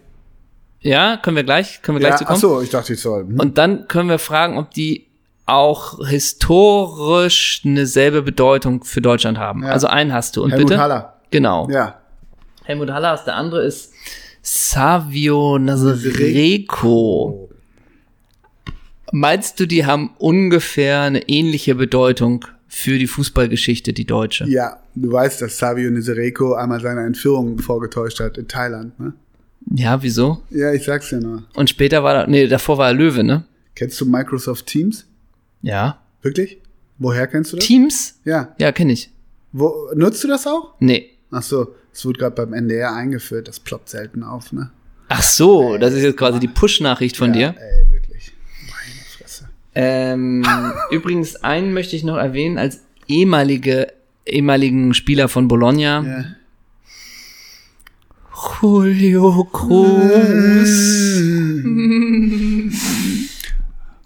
B: ja, können wir gleich, können wir
A: Ja,
B: Um gleich zu
A: ach
B: kommen?
A: so, ich dachte, ich soll. Hm.
B: Und dann können wir fragen, ob die auch historisch eine selbe Bedeutung für Deutschland haben.
A: Ja.
B: Also einen hast du und
A: Helmut
B: bitte.
A: Haller.
B: Genau.
A: Ja.
B: Helmut Haller ist der andere ist Savio Nazareco. Meinst du, die haben ungefähr eine ähnliche Bedeutung für die Fußballgeschichte, die deutsche?
A: Ja, du weißt, dass Savio Nisereko einmal seine Entführung vorgetäuscht hat in Thailand, ne?
B: Ja, wieso?
A: Ja, ich sag's dir noch.
B: Und später war da, nee, davor war er Löwe, ne?
A: Kennst du Microsoft Teams?
B: Ja.
A: Wirklich? Woher kennst du das?
B: Teams?
A: Ja.
B: Ja, kenne ich.
A: Wo, nutzt du das auch?
B: Nee.
A: Ach so, es wurde gerade beim NDR eingeführt. Das ploppt selten auf, ne?
B: Ach so, das ist jetzt quasi die Push-Nachricht von dir.
A: Ja, ey, wirklich. Meine Fresse.
B: Ähm, übrigens, einen möchte ich noch erwähnen, als ehemalige, ehemaligen Spieler von Bologna.
A: Ja.
B: Julio Cruz.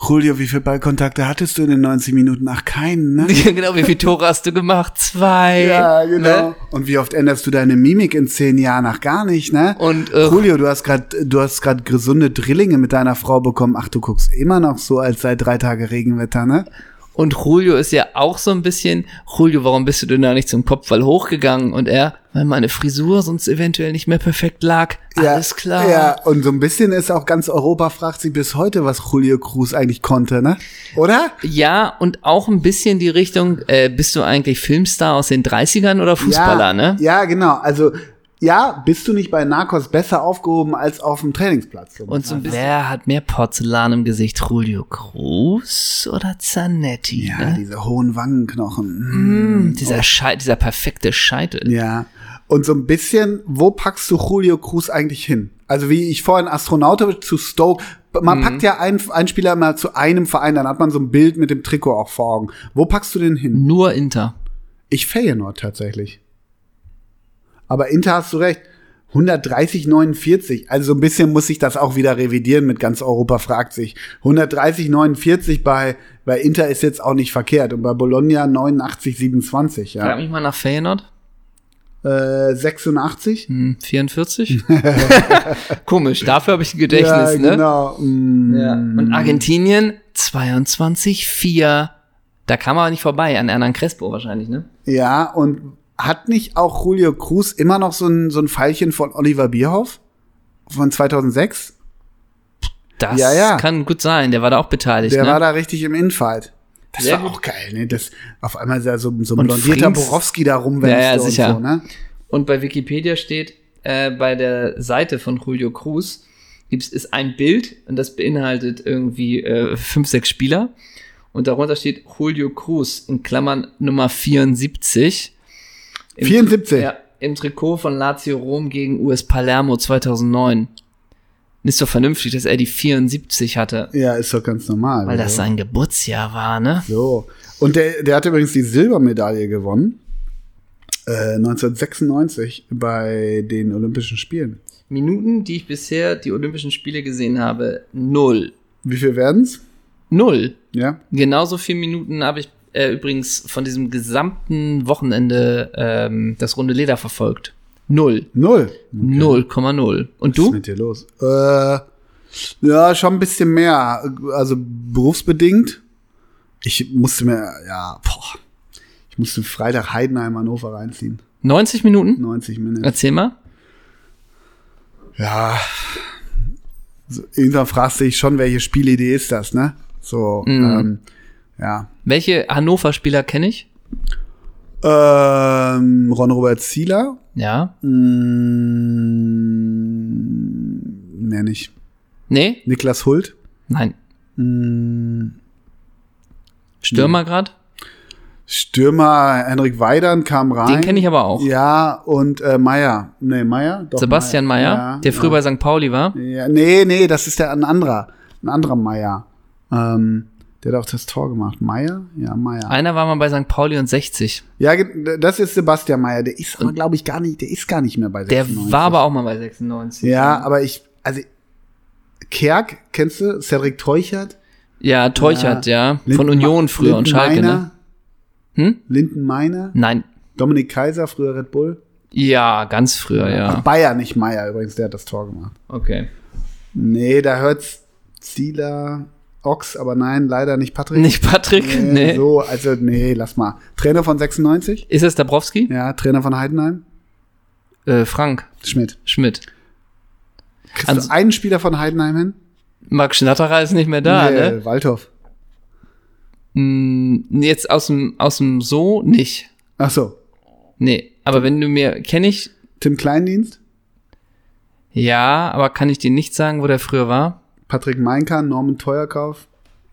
A: Julio, wie viele Ballkontakte hattest du in den 90 Minuten? Ach, keinen, ne?
B: Ja, genau, wie viele Tore hast du gemacht? Zwei.
A: Ja, genau.
B: Ne?
A: Und wie oft änderst du deine Mimik in zehn Jahren? Ach, gar nicht, ne?
B: Und, äh,
A: Julio, du hast gerade, du hast gerade gesunde Drillinge mit deiner Frau bekommen. Ach, du guckst immer noch so, als sei drei Tage Regenwetter, ne?
B: Und Julio ist ja auch so ein bisschen, Julio, warum bist du denn da nicht zum Kopfball hochgegangen? Und er, weil meine Frisur sonst eventuell nicht mehr perfekt lag. Alles klar.
A: Ja, und so ein bisschen ist auch ganz Europa fragt sich bis heute, was Julio Cruz eigentlich konnte, ne? Oder?
B: Ja, und auch ein bisschen die Richtung, äh, bist du eigentlich Filmstar aus den 30ern oder Fußballer,
A: ja,
B: ne?
A: Ja, genau. Also, ja, bist du nicht bei Narcos besser aufgehoben als auf dem Trainingsplatz?
B: Und so ein bisschen. Ah, Wer hat mehr Porzellan im Gesicht? Julio Cruz oder Zanetti?
A: ja,
B: ne?
A: diese hohen Wangenknochen. Hm.
B: Mm, dieser, Schei dieser perfekte Scheitel.
A: Ja. Und so ein bisschen, wo packst du Julio Cruz eigentlich hin? Also wie ich vorhin Astronaute zu Stoke. Man
B: Mhm.
A: packt ja einen, einen Spieler mal zu einem Verein, dann hat man so ein Bild mit dem Trikot auch vor Augen. Wo packst du den hin?
B: Nur Inter.
A: Ich Feyenoord tatsächlich. Aber Inter hast du recht. 130, 49. Also so ein bisschen muss sich das auch wieder revidieren mit ganz Europa fragt sich. 130, 49 bei, bei Inter ist jetzt auch nicht verkehrt. Und bei Bologna 89, 27,
B: Frag
A: ja.
B: mich mal nach Feyenoord.
A: Äh, 86?
B: Hm, 44? Komisch, dafür habe ich ein Gedächtnis,
A: ja,
B: ne?
A: genau. Mm.
B: Ja. Und Argentinien 22-4. Da kam aber nicht vorbei an Hernan Crespo wahrscheinlich, ne?
A: Ja, und hat nicht auch Julio Cruz immer noch so ein, so ein Pfeilchen von Oliver Bierhoff? Von 2006?
B: Das
A: Ja, ja.
B: kann gut sein. Der war da auch beteiligt,
A: Der
B: ne?
A: war da richtig im Infight. Das
B: Sehr
A: war
B: gut.
A: auch geil, ne? Das, auf einmal ist ja so, so ein
B: Und
A: blondierter
B: Frings-
A: Borowski da rumwälzte
B: Ja, ja, sicher.
A: und so, ne?
B: Und bei Wikipedia steht, äh, bei der Seite von Julio Cruz gibt's, ist ein Bild und das beinhaltet irgendwie äh, fünf, sechs Spieler. Und darunter steht Julio Cruz in Klammern Nummer 74. Im-
A: 74.
B: Ja, im Trikot von Lazio Rom gegen US Palermo 2009. Ist doch vernünftig, dass er die 74 hatte,
A: Ja, ist doch ganz normal.
B: weil das
A: so.
B: sein Geburtsjahr war, ne?
A: so. Und der, der hat übrigens die Silbermedaille gewonnen. Äh, 1996 bei den Olympischen Spielen.
B: Minuten, die ich bisher die Olympischen Spiele gesehen habe, null.
A: Wie viel werden's?
B: Null.
A: Ja.
B: Genauso viele Minuten habe ich äh, übrigens von diesem gesamten Wochenende ähm, das runde Leder verfolgt. Null.
A: Null.
B: 0,0. Und
A: Was ist
B: du?
A: mit dir los? Äh, ja, schon ein bisschen mehr. Also berufsbedingt. Ich musste mir, ja, boah. Ich musste Freitag Heidenheim Hannover reinziehen.
B: 90 Minuten?
A: 90 Minuten.
B: Erzähl mal.
A: Ja. So, irgendwann fragst du dich schon, welche Spielidee ist das, ne? So,
B: Mhm.
A: ähm, ja.
B: Welche Hannover-Spieler kenne ich?
A: Ähm, Ron-Robert Zieler.
B: Ja.
A: Mm, mehr nicht.
B: Nee?
A: Niklas Hult.
B: Nein.
A: Mm,
B: Stürmer grad?
A: Stürmer Henrik Weidern kam rein.
B: Den kenne ich aber auch.
A: Ja, und äh, Meier. Nee, Meier? Doch,
B: Sebastian Meyer,
A: Ja,
B: der früher bei St. Pauli war.
A: ja. ja, Nee, nee, das ist der ein anderer. Ein anderer Meier. Ähm, der hat auch das Tor gemacht. Meier? Ja, Meier.
B: Einer war mal bei St. Pauli und 60.
A: Ja, ge- das ist Sebastian Meier. Der ist aber, glaube ich, gar nicht, der ist gar nicht mehr bei
B: Der
A: 96.
B: war aber auch mal bei 96.
A: Ja, aber ich, also, Kerk, kennst du? Cedric Teuchert?
B: Ja, Teuchert, ja. Von
A: Linden-
B: Union früher und
A: Linden
B: Schalke, ne?
A: Meiner,
B: Hm?
A: Linden Meiner,
B: Nein.
A: Dominik Kaiser, früher Red Bull.
B: Ja, ganz früher,
A: Ach,
B: ja.
A: Bayer, nicht Meier übrigens, der hat das Tor gemacht.
B: Okay.
A: Nee, da hört's Zieler, Ochs, aber nein, leider nicht Patrick.
B: Nicht Patrick?
A: Äh,
B: Nee.
A: So, also nee, lass mal. Trainer von 96?
B: Ist es Dabrowski?
A: Ja, Trainer von Heidenheim?
B: Äh, Frank
A: Schmidt.
B: Schmidt.
A: Kriegst
B: Ans-
A: du einen Spieler von Heidenheim hin?
B: Marc Schnatterer ist nicht mehr da,
A: nee,
B: ne?
A: Waldhof.
B: Hm, jetzt aus dem, aus dem So nicht.
A: Ach so,
B: Nee. Aber wenn du mir, kenne ich,
A: Tim Kleindienst,
B: ja, aber kann ich dir nicht sagen, wo der früher war?
A: Patrick Meinkan, Norman Teuerkauf.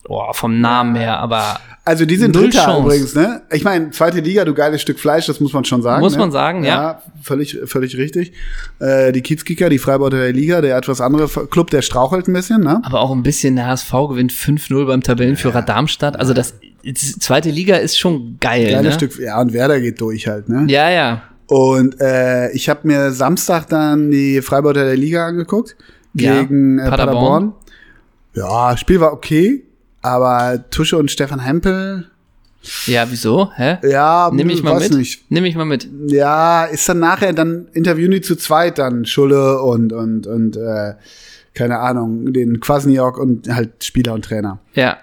B: Boah, vom Namen her, aber
A: Also die sind
B: Null
A: Dritter
B: Chance.
A: übrigens, ne? Ich meine, zweite Liga, du geiles Stück Fleisch, das muss man schon sagen.
B: Muss
A: ne?
B: man sagen, ja.
A: völlig, völlig richtig. Äh, die Kiezkicker, die Freibauter der Liga, der etwas andere Club, der strauchelt ein bisschen, ne?
B: Aber auch ein bisschen, der HSV gewinnt 5-0 beim Tabellenführer Darmstadt. Also das, die zweite Liga ist schon geil.
A: Geiles
B: ne?
A: Stück, ja, und Werder geht durch halt, ne?
B: Ja, ja.
A: Und äh, ich habe mir Samstag dann die Freiburger der Liga angeguckt
B: Ja,
A: gegen äh,
B: Paderborn.
A: Paderborn. Ja, Spiel war okay, aber Tusche und Stefan Hempel,
B: Ja, wieso? Hä?
A: ja,
B: Nimm mich mal
A: Äh, weiß
B: mit.
A: nicht.
B: Nimm mich mal mit.
A: Ja, ist dann nachher dann interviewen die zu zweit dann Schulle und und und äh, keine Ahnung, den Quasniok und halt Spieler und Trainer.
B: Ja.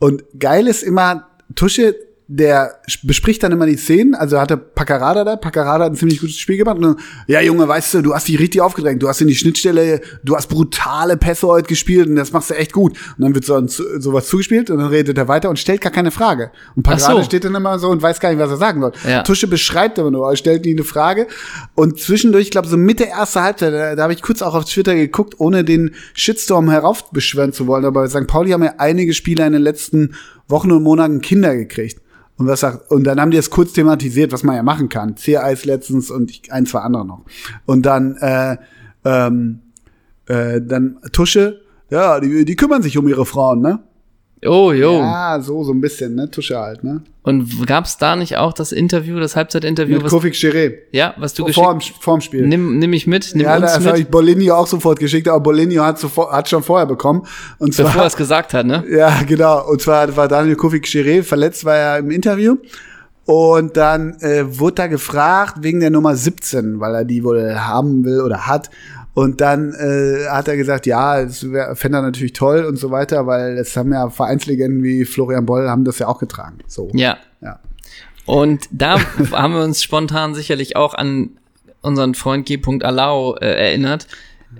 A: Und geil ist immer, Tusche, der sch- bespricht dann immer die Szenen, also hatte Paccarada da, Paccarada hat ein ziemlich gutes Spiel gemacht und dann, ja Junge, weißt du, du hast dich richtig aufgedrängt, du hast in die Schnittstelle, du hast brutale Pässe heute gespielt und das machst du echt gut. Und dann wird so ein, zu- sowas zugespielt und dann redet er weiter und stellt gar keine Frage. Und Paccarada
B: Ach so.
A: steht dann immer so und weiß gar nicht, was er sagen soll.
B: Ja.
A: Tusche beschreibt immer nur, stellt ihm eine Frage und zwischendurch, ich glaube so Mitte erster Halbzeit, da, da habe ich kurz auch auf Twitter geguckt, ohne den Shitstorm heraufbeschwören zu wollen, aber St. Pauli haben ja einige Spieler in den letzten Wochen und Monaten Kinder gekriegt. Und, was sagt, und dann haben die es kurz thematisiert, was man ja machen kann. C-Eis letztens und ich, ein, zwei andere noch. Und dann äh, ähm, Äh, dann Tusche, ja, die, die kümmern sich um ihre Frauen, ne?
B: Oh, jo.
A: Ja, so, so ein bisschen, ne? Tusche halt, ne?
B: Und gab's da nicht auch das Interview, das Halbzeitinterview,
A: Mit
B: was,
A: Kofik Chiré.
B: ja, was du
A: Vorm,
B: geschickt
A: vorm Spiel.
B: nimm, nimm mich mit, nimm
A: ja,
B: uns
A: das habe
B: mit,
A: ich Bolinio auch sofort geschickt, aber Bolinio hat, sofort, hat schon vorher bekommen. Und zwar,
B: bevor er es gesagt hat, ne?
A: Ja, genau. Und zwar war Daniel Kofik Chiré verletzt, war er im Interview. Und dann äh, wurde er gefragt wegen der Nummer 17, weil er die wohl haben will oder hat. Und dann äh, hat er gesagt, ja, das wär- fände er natürlich toll und so weiter, weil das haben ja Vereinslegenden wie Florian Boll haben das ja auch getragen. So.
B: Ja.
A: Ja.
B: Und da haben wir uns spontan sicherlich auch an unseren Freund G. Alau äh, erinnert.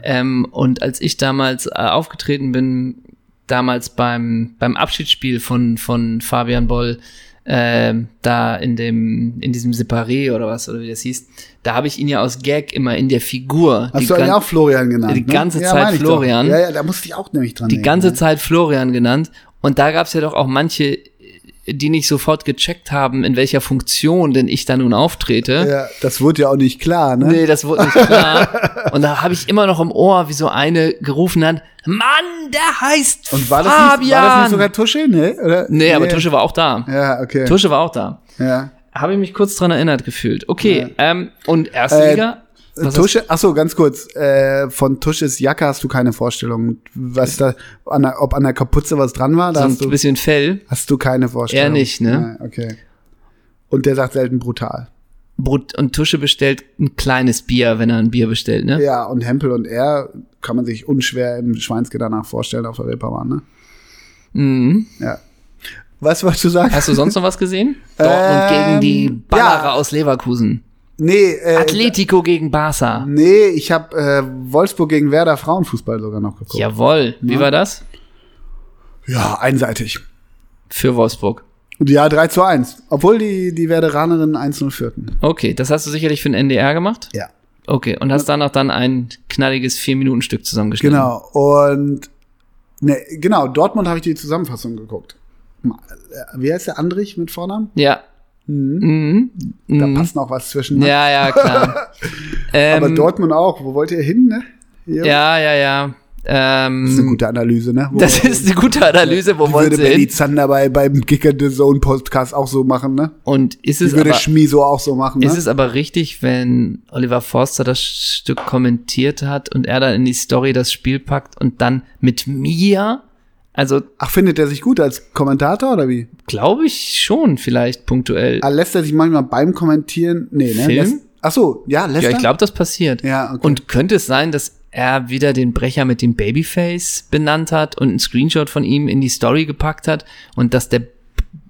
B: Ähm, und als ich damals äh, aufgetreten bin, damals beim, beim Abschiedsspiel von, von Fabian Boll, ähm, da in dem, in diesem Separé oder was, oder wie das hieß, da habe ich ihn ja aus Gag immer in der Figur. die
A: Hast du
B: gan-
A: eigentlich auch Florian genannt?
B: die
A: ne?
B: ganze
A: Ja,
B: Zeit
A: meine ich doch.
B: Florian.
A: Ja, ja, da musste ich auch nämlich dran
B: die
A: denken,
B: ganze
A: ne?
B: Zeit Florian genannt. Und da gab es ja doch auch manche, die nicht sofort gecheckt haben, in welcher Funktion denn ich da nun auftrete.
A: Ja, das wurde ja auch nicht klar, ne?
B: ne? Nee, das wurde nicht klar. und da habe ich immer noch im Ohr, wie so eine gerufen hat, Mann, der heißt
A: Und war das,
B: Fabian.
A: nicht, war das nicht sogar Tusche, ne? Oder?
B: nee, aber Tusche war auch da.
A: Ja, okay.
B: Tusche war auch da.
A: Ja.
B: Habe ich mich kurz dran erinnert gefühlt. Okay, ähm, und erste
A: Äh,
B: Liga? Was hast-
A: Tusche, ach so, ganz kurz. Äh, von Tusches Jacke hast du keine Vorstellung, was da, an der, ob an der Kapuze was dran war. Da hast
B: so ein
A: du,
B: bisschen Fell.
A: hast du keine Vorstellung.
B: Eher nicht, ne?
A: Ja, okay. Und der sagt selten brutal.
B: Brut- Und Tusche bestellt ein kleines Bier, wenn er ein Bier bestellt, ne?
A: Ja, und Hempel und er kann man sich unschwer im Schweinske danach vorstellen auf der Reeperbahn, ne?
B: Mhm.
A: Ja. Was wolltest du sagen?
B: Hast du sonst noch was gesehen? Dortmund gegen die
A: Äh, Ähm,
B: Ballerer
A: ja.
B: aus Leverkusen.
A: nee, äh,
B: Atletico gegen Barca.
A: nee, ich habe äh, Wolfsburg gegen Werder Frauenfußball sogar noch geguckt. Ja,
B: Jawoll. Wie war das?
A: einseitig.
B: Für Wolfsburg.
A: Und Ja, 3 zu 1. Obwohl die, die Werderanerinnen 1-0 führten.
B: Okay, das hast du sicherlich für den NDR gemacht.
A: Ja.
B: Okay, und hast danach dann ein knalliges Vier-Minuten-Stück zusammengeschnitten.
A: Genau, und ne, genau, Dortmund habe ich die Zusammenfassung geguckt. Ma- äh, Wie heißt der Andrich mit Vornamen?
B: Ja. Mhm.
A: Da
B: Mhm.
A: passt noch was zwischen. ne?
B: Ja, ja, klar.
A: Aber
B: ähm,
A: Dortmund auch. Wo wollt ihr hin, ne? Hier.
B: ja, ja, ja. Ähm,
A: Das ist eine gute Analyse, ne? Wo
B: das ist eine gute Analyse, wo
A: die
B: wollen
A: würde
B: sie
A: Benny
B: hin?
A: Zander bei, beim Kicker the Zone Podcast auch so machen, ne?
B: Und ist
A: Die
B: es
A: würde
B: aber,
A: Schmiso auch so machen, ne?
B: Ist es aber richtig, wenn Oliver Forster das Stück kommentiert hat und er dann in die Story das Spiel packt und dann mit mir, also
A: Ach, findet er sich gut als Kommentator oder wie?
B: glaube ich schon vielleicht punktuell.
A: Ah, lässt er sich manchmal beim Kommentieren? Nee, ne?
B: Film?
A: Lässt, ach so, ja, lässt
B: ja, ich
A: er?
B: glaube, das passiert.
A: Ja, okay.
B: Und könnte es sein, dass er wieder den Brecher mit dem Babyface benannt hat und einen Screenshot von ihm in die Story gepackt hat und dass der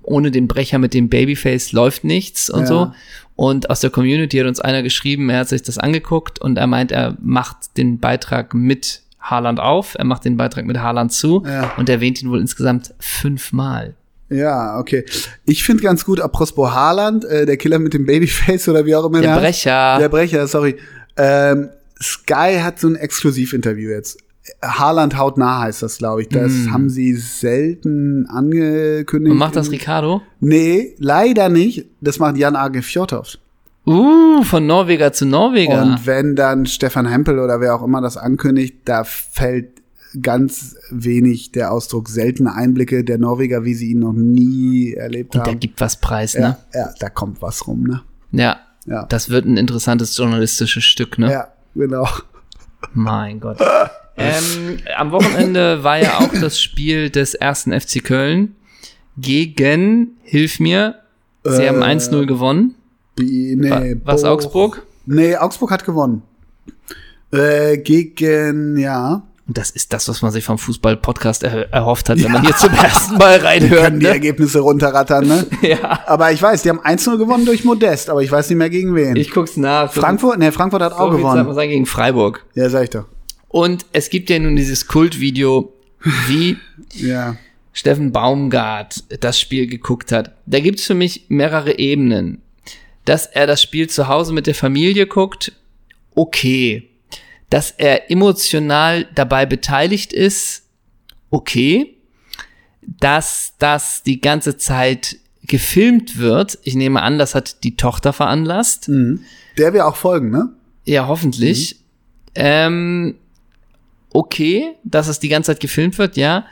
B: ohne den Brecher mit dem Babyface läuft nichts und
A: Ja.
B: so. Und aus der Community hat uns einer geschrieben, er hat sich das angeguckt und er meint, er macht den Beitrag mit Haaland auf, er macht den Beitrag mit Haaland zu
A: Ja.
B: und erwähnt ihn wohl insgesamt fünfmal.
A: Ja, okay. Ich finde ganz gut, apropos Haaland, äh, der Killer mit dem Babyface oder wie auch immer.
B: Der
A: heißt.
B: Brecher. Ah.
A: Der Brecher, sorry. Ähm, Sky hat so ein Exklusivinterview jetzt. Haaland haut nah heißt das, glaube ich. Das haben sie selten angekündigt.
B: Hm. und macht das
A: In-
B: Ricardo?
A: Nee, leider nicht. Das macht Jan Arge Fjordhoff.
B: Uh, von Norweger zu Norweger.
A: Und wenn dann Stefan Hempel oder wer auch immer das ankündigt, da fällt ganz wenig der Ausdruck seltene Einblicke der Norweger, wie sie ihn noch nie erlebt
B: der
A: haben.
B: gibt was preis, ne?
A: Ja, ja, da kommt was rum, ne?
B: Ja.
A: Ja.
B: Das wird ein interessantes journalistisches Stück, ne?
A: Ja, genau.
B: Mein Gott. ähm, am Wochenende war ja auch das Spiel des ersten FC Köln gegen, hilf mir, sie
A: Äh,
B: haben 1-0 gewonnen.
A: Die,
B: Wa-
A: nee,
B: Was
A: Bo-
B: Augsburg?
A: Nee, Augsburg hat gewonnen. Äh, gegen, ja.
B: Und das ist das, was man sich vom Fußball-Podcast er erhofft hat, wenn man hier zum ersten Mal
A: Die
B: reinhört.
A: können die
B: Ne?
A: Ergebnisse runterrattern, ne?
B: Ja,
A: Aber ich weiß, die haben 1-0 gewonnen durch Modest, aber ich weiß nicht mehr gegen wen.
B: ich guck's nach. So-
A: Frankfurt? Nee, Frankfurt hat auch
B: so viel Zeit muss
A: gewonnen.
B: sagen, gegen Freiburg.
A: Ja, sag ich doch.
B: Und es gibt ja nun dieses Kultvideo, wie
A: Ja.
B: Steffen Baumgart das Spiel geguckt hat. Da gibt's für mich mehrere Ebenen. Dass er das Spiel zu Hause mit der Familie guckt, okay. Dass er emotional dabei beteiligt ist, okay. Dass das die ganze Zeit gefilmt wird, ich nehme an, das hat die Tochter veranlasst.
A: Mhm. Der wir auch folgen, ne?
B: Ja, hoffentlich. Ähm, okay, dass es die ganze Zeit gefilmt wird, ja.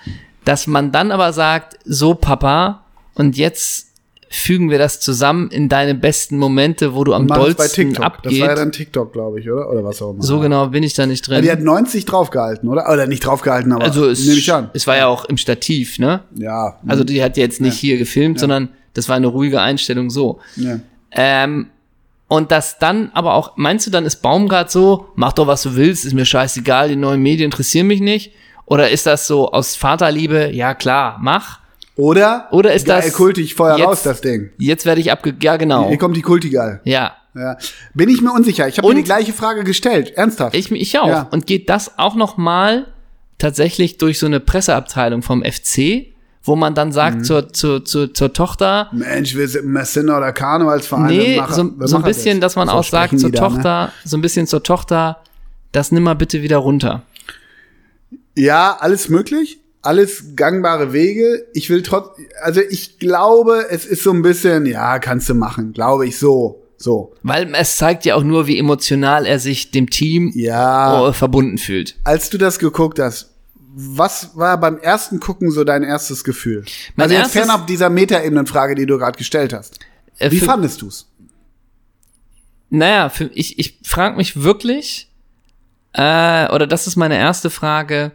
B: Dass man dann aber sagt, so Papa, und jetzt fügen wir das zusammen in deine besten Momente, wo du am
A: Machen es bei
B: dollsten
A: TikTok. Das war ja
B: abgeht.
A: dann TikTok, glaube ich, oder? Oder was auch immer.
B: So genau bin ich da nicht
A: Ja,
B: drin.
A: die hat 90 draufgehalten, oder? Oder nicht draufgehalten, aber
B: also es,
A: nehme ich an. Mhm.
B: es war ja auch im Stativ, ne?
A: Ja.
B: Also die hat jetzt nicht hier gefilmt, sondern das war eine ruhige Einstellung so.
A: ja.
B: Ähm, und das dann aber auch, meinst du dann, ist Baumgart so, mach doch was du willst, ist mir scheißegal, die neuen Medien interessieren mich nicht? Oder ist das so aus Vaterliebe, ja klar, mach,
A: Oder?
B: Oder ist
A: geil,
B: das
A: kultig Feuer
B: jetzt-
A: raus das Ding.
B: jetzt werde ich abge... Ja, genau.
A: Hier kommt die Kultigal.
B: Ja,
A: Ja. Bin ich mir unsicher. Ich habe mir
B: Und-
A: die gleiche Frage gestellt. Ernsthaft.
B: ich, ich auch.
A: Ja.
B: Und geht das auch noch mal tatsächlich durch so eine Presseabteilung vom FC, wo man dann sagt
A: Mhm.
B: zur, zur, zur, zur Tochter,
A: Mensch, wir sind Messina oder Karnevalsverein.
B: Nee,
A: wir machen-
B: so,
A: wir
B: so ein
A: machen
B: bisschen,
A: das.
B: dass man
A: So
B: auch sagt
A: sprechen
B: zur
A: die da, ne?
B: Tochter, so ein bisschen zur Tochter, das nimm mal bitte wieder runter.
A: Ja, alles möglich, alles gangbare Wege. Ich will trotz, also ich glaube, es ist so ein bisschen, ja, kannst du machen, glaube ich, so, so.
B: Weil es zeigt ja auch nur, wie emotional er sich dem Team
A: Ja,
B: äh, verbunden fühlt.
A: als du das geguckt hast, was war beim ersten Gucken so dein erstes Gefühl?
B: Mein
A: also jetzt
B: erstes-
A: fernab dieser Metaebenenfrage, die du gerade gestellt hast.
B: Äh,
A: Wie
B: für,
A: fandest du's?
B: Naja, für, ich, ich frage mich wirklich, äh, oder das ist meine erste Frage,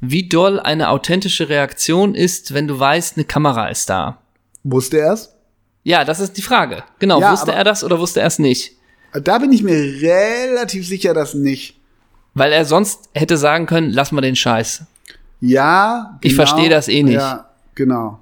B: wie doll eine authentische Reaktion ist, wenn du weißt, eine Kamera ist da.
A: Wusste er's?
B: Ja, das ist die Frage. Genau,
A: Ja,
B: wusste
A: aber-
B: er das oder wusste er es nicht?
A: Da bin ich mir relativ sicher, dass nicht.
B: Weil er sonst hätte sagen können, lass mal den Scheiß.
A: Ja,
B: Ich verstehe das eh nicht.
A: Ja, genau.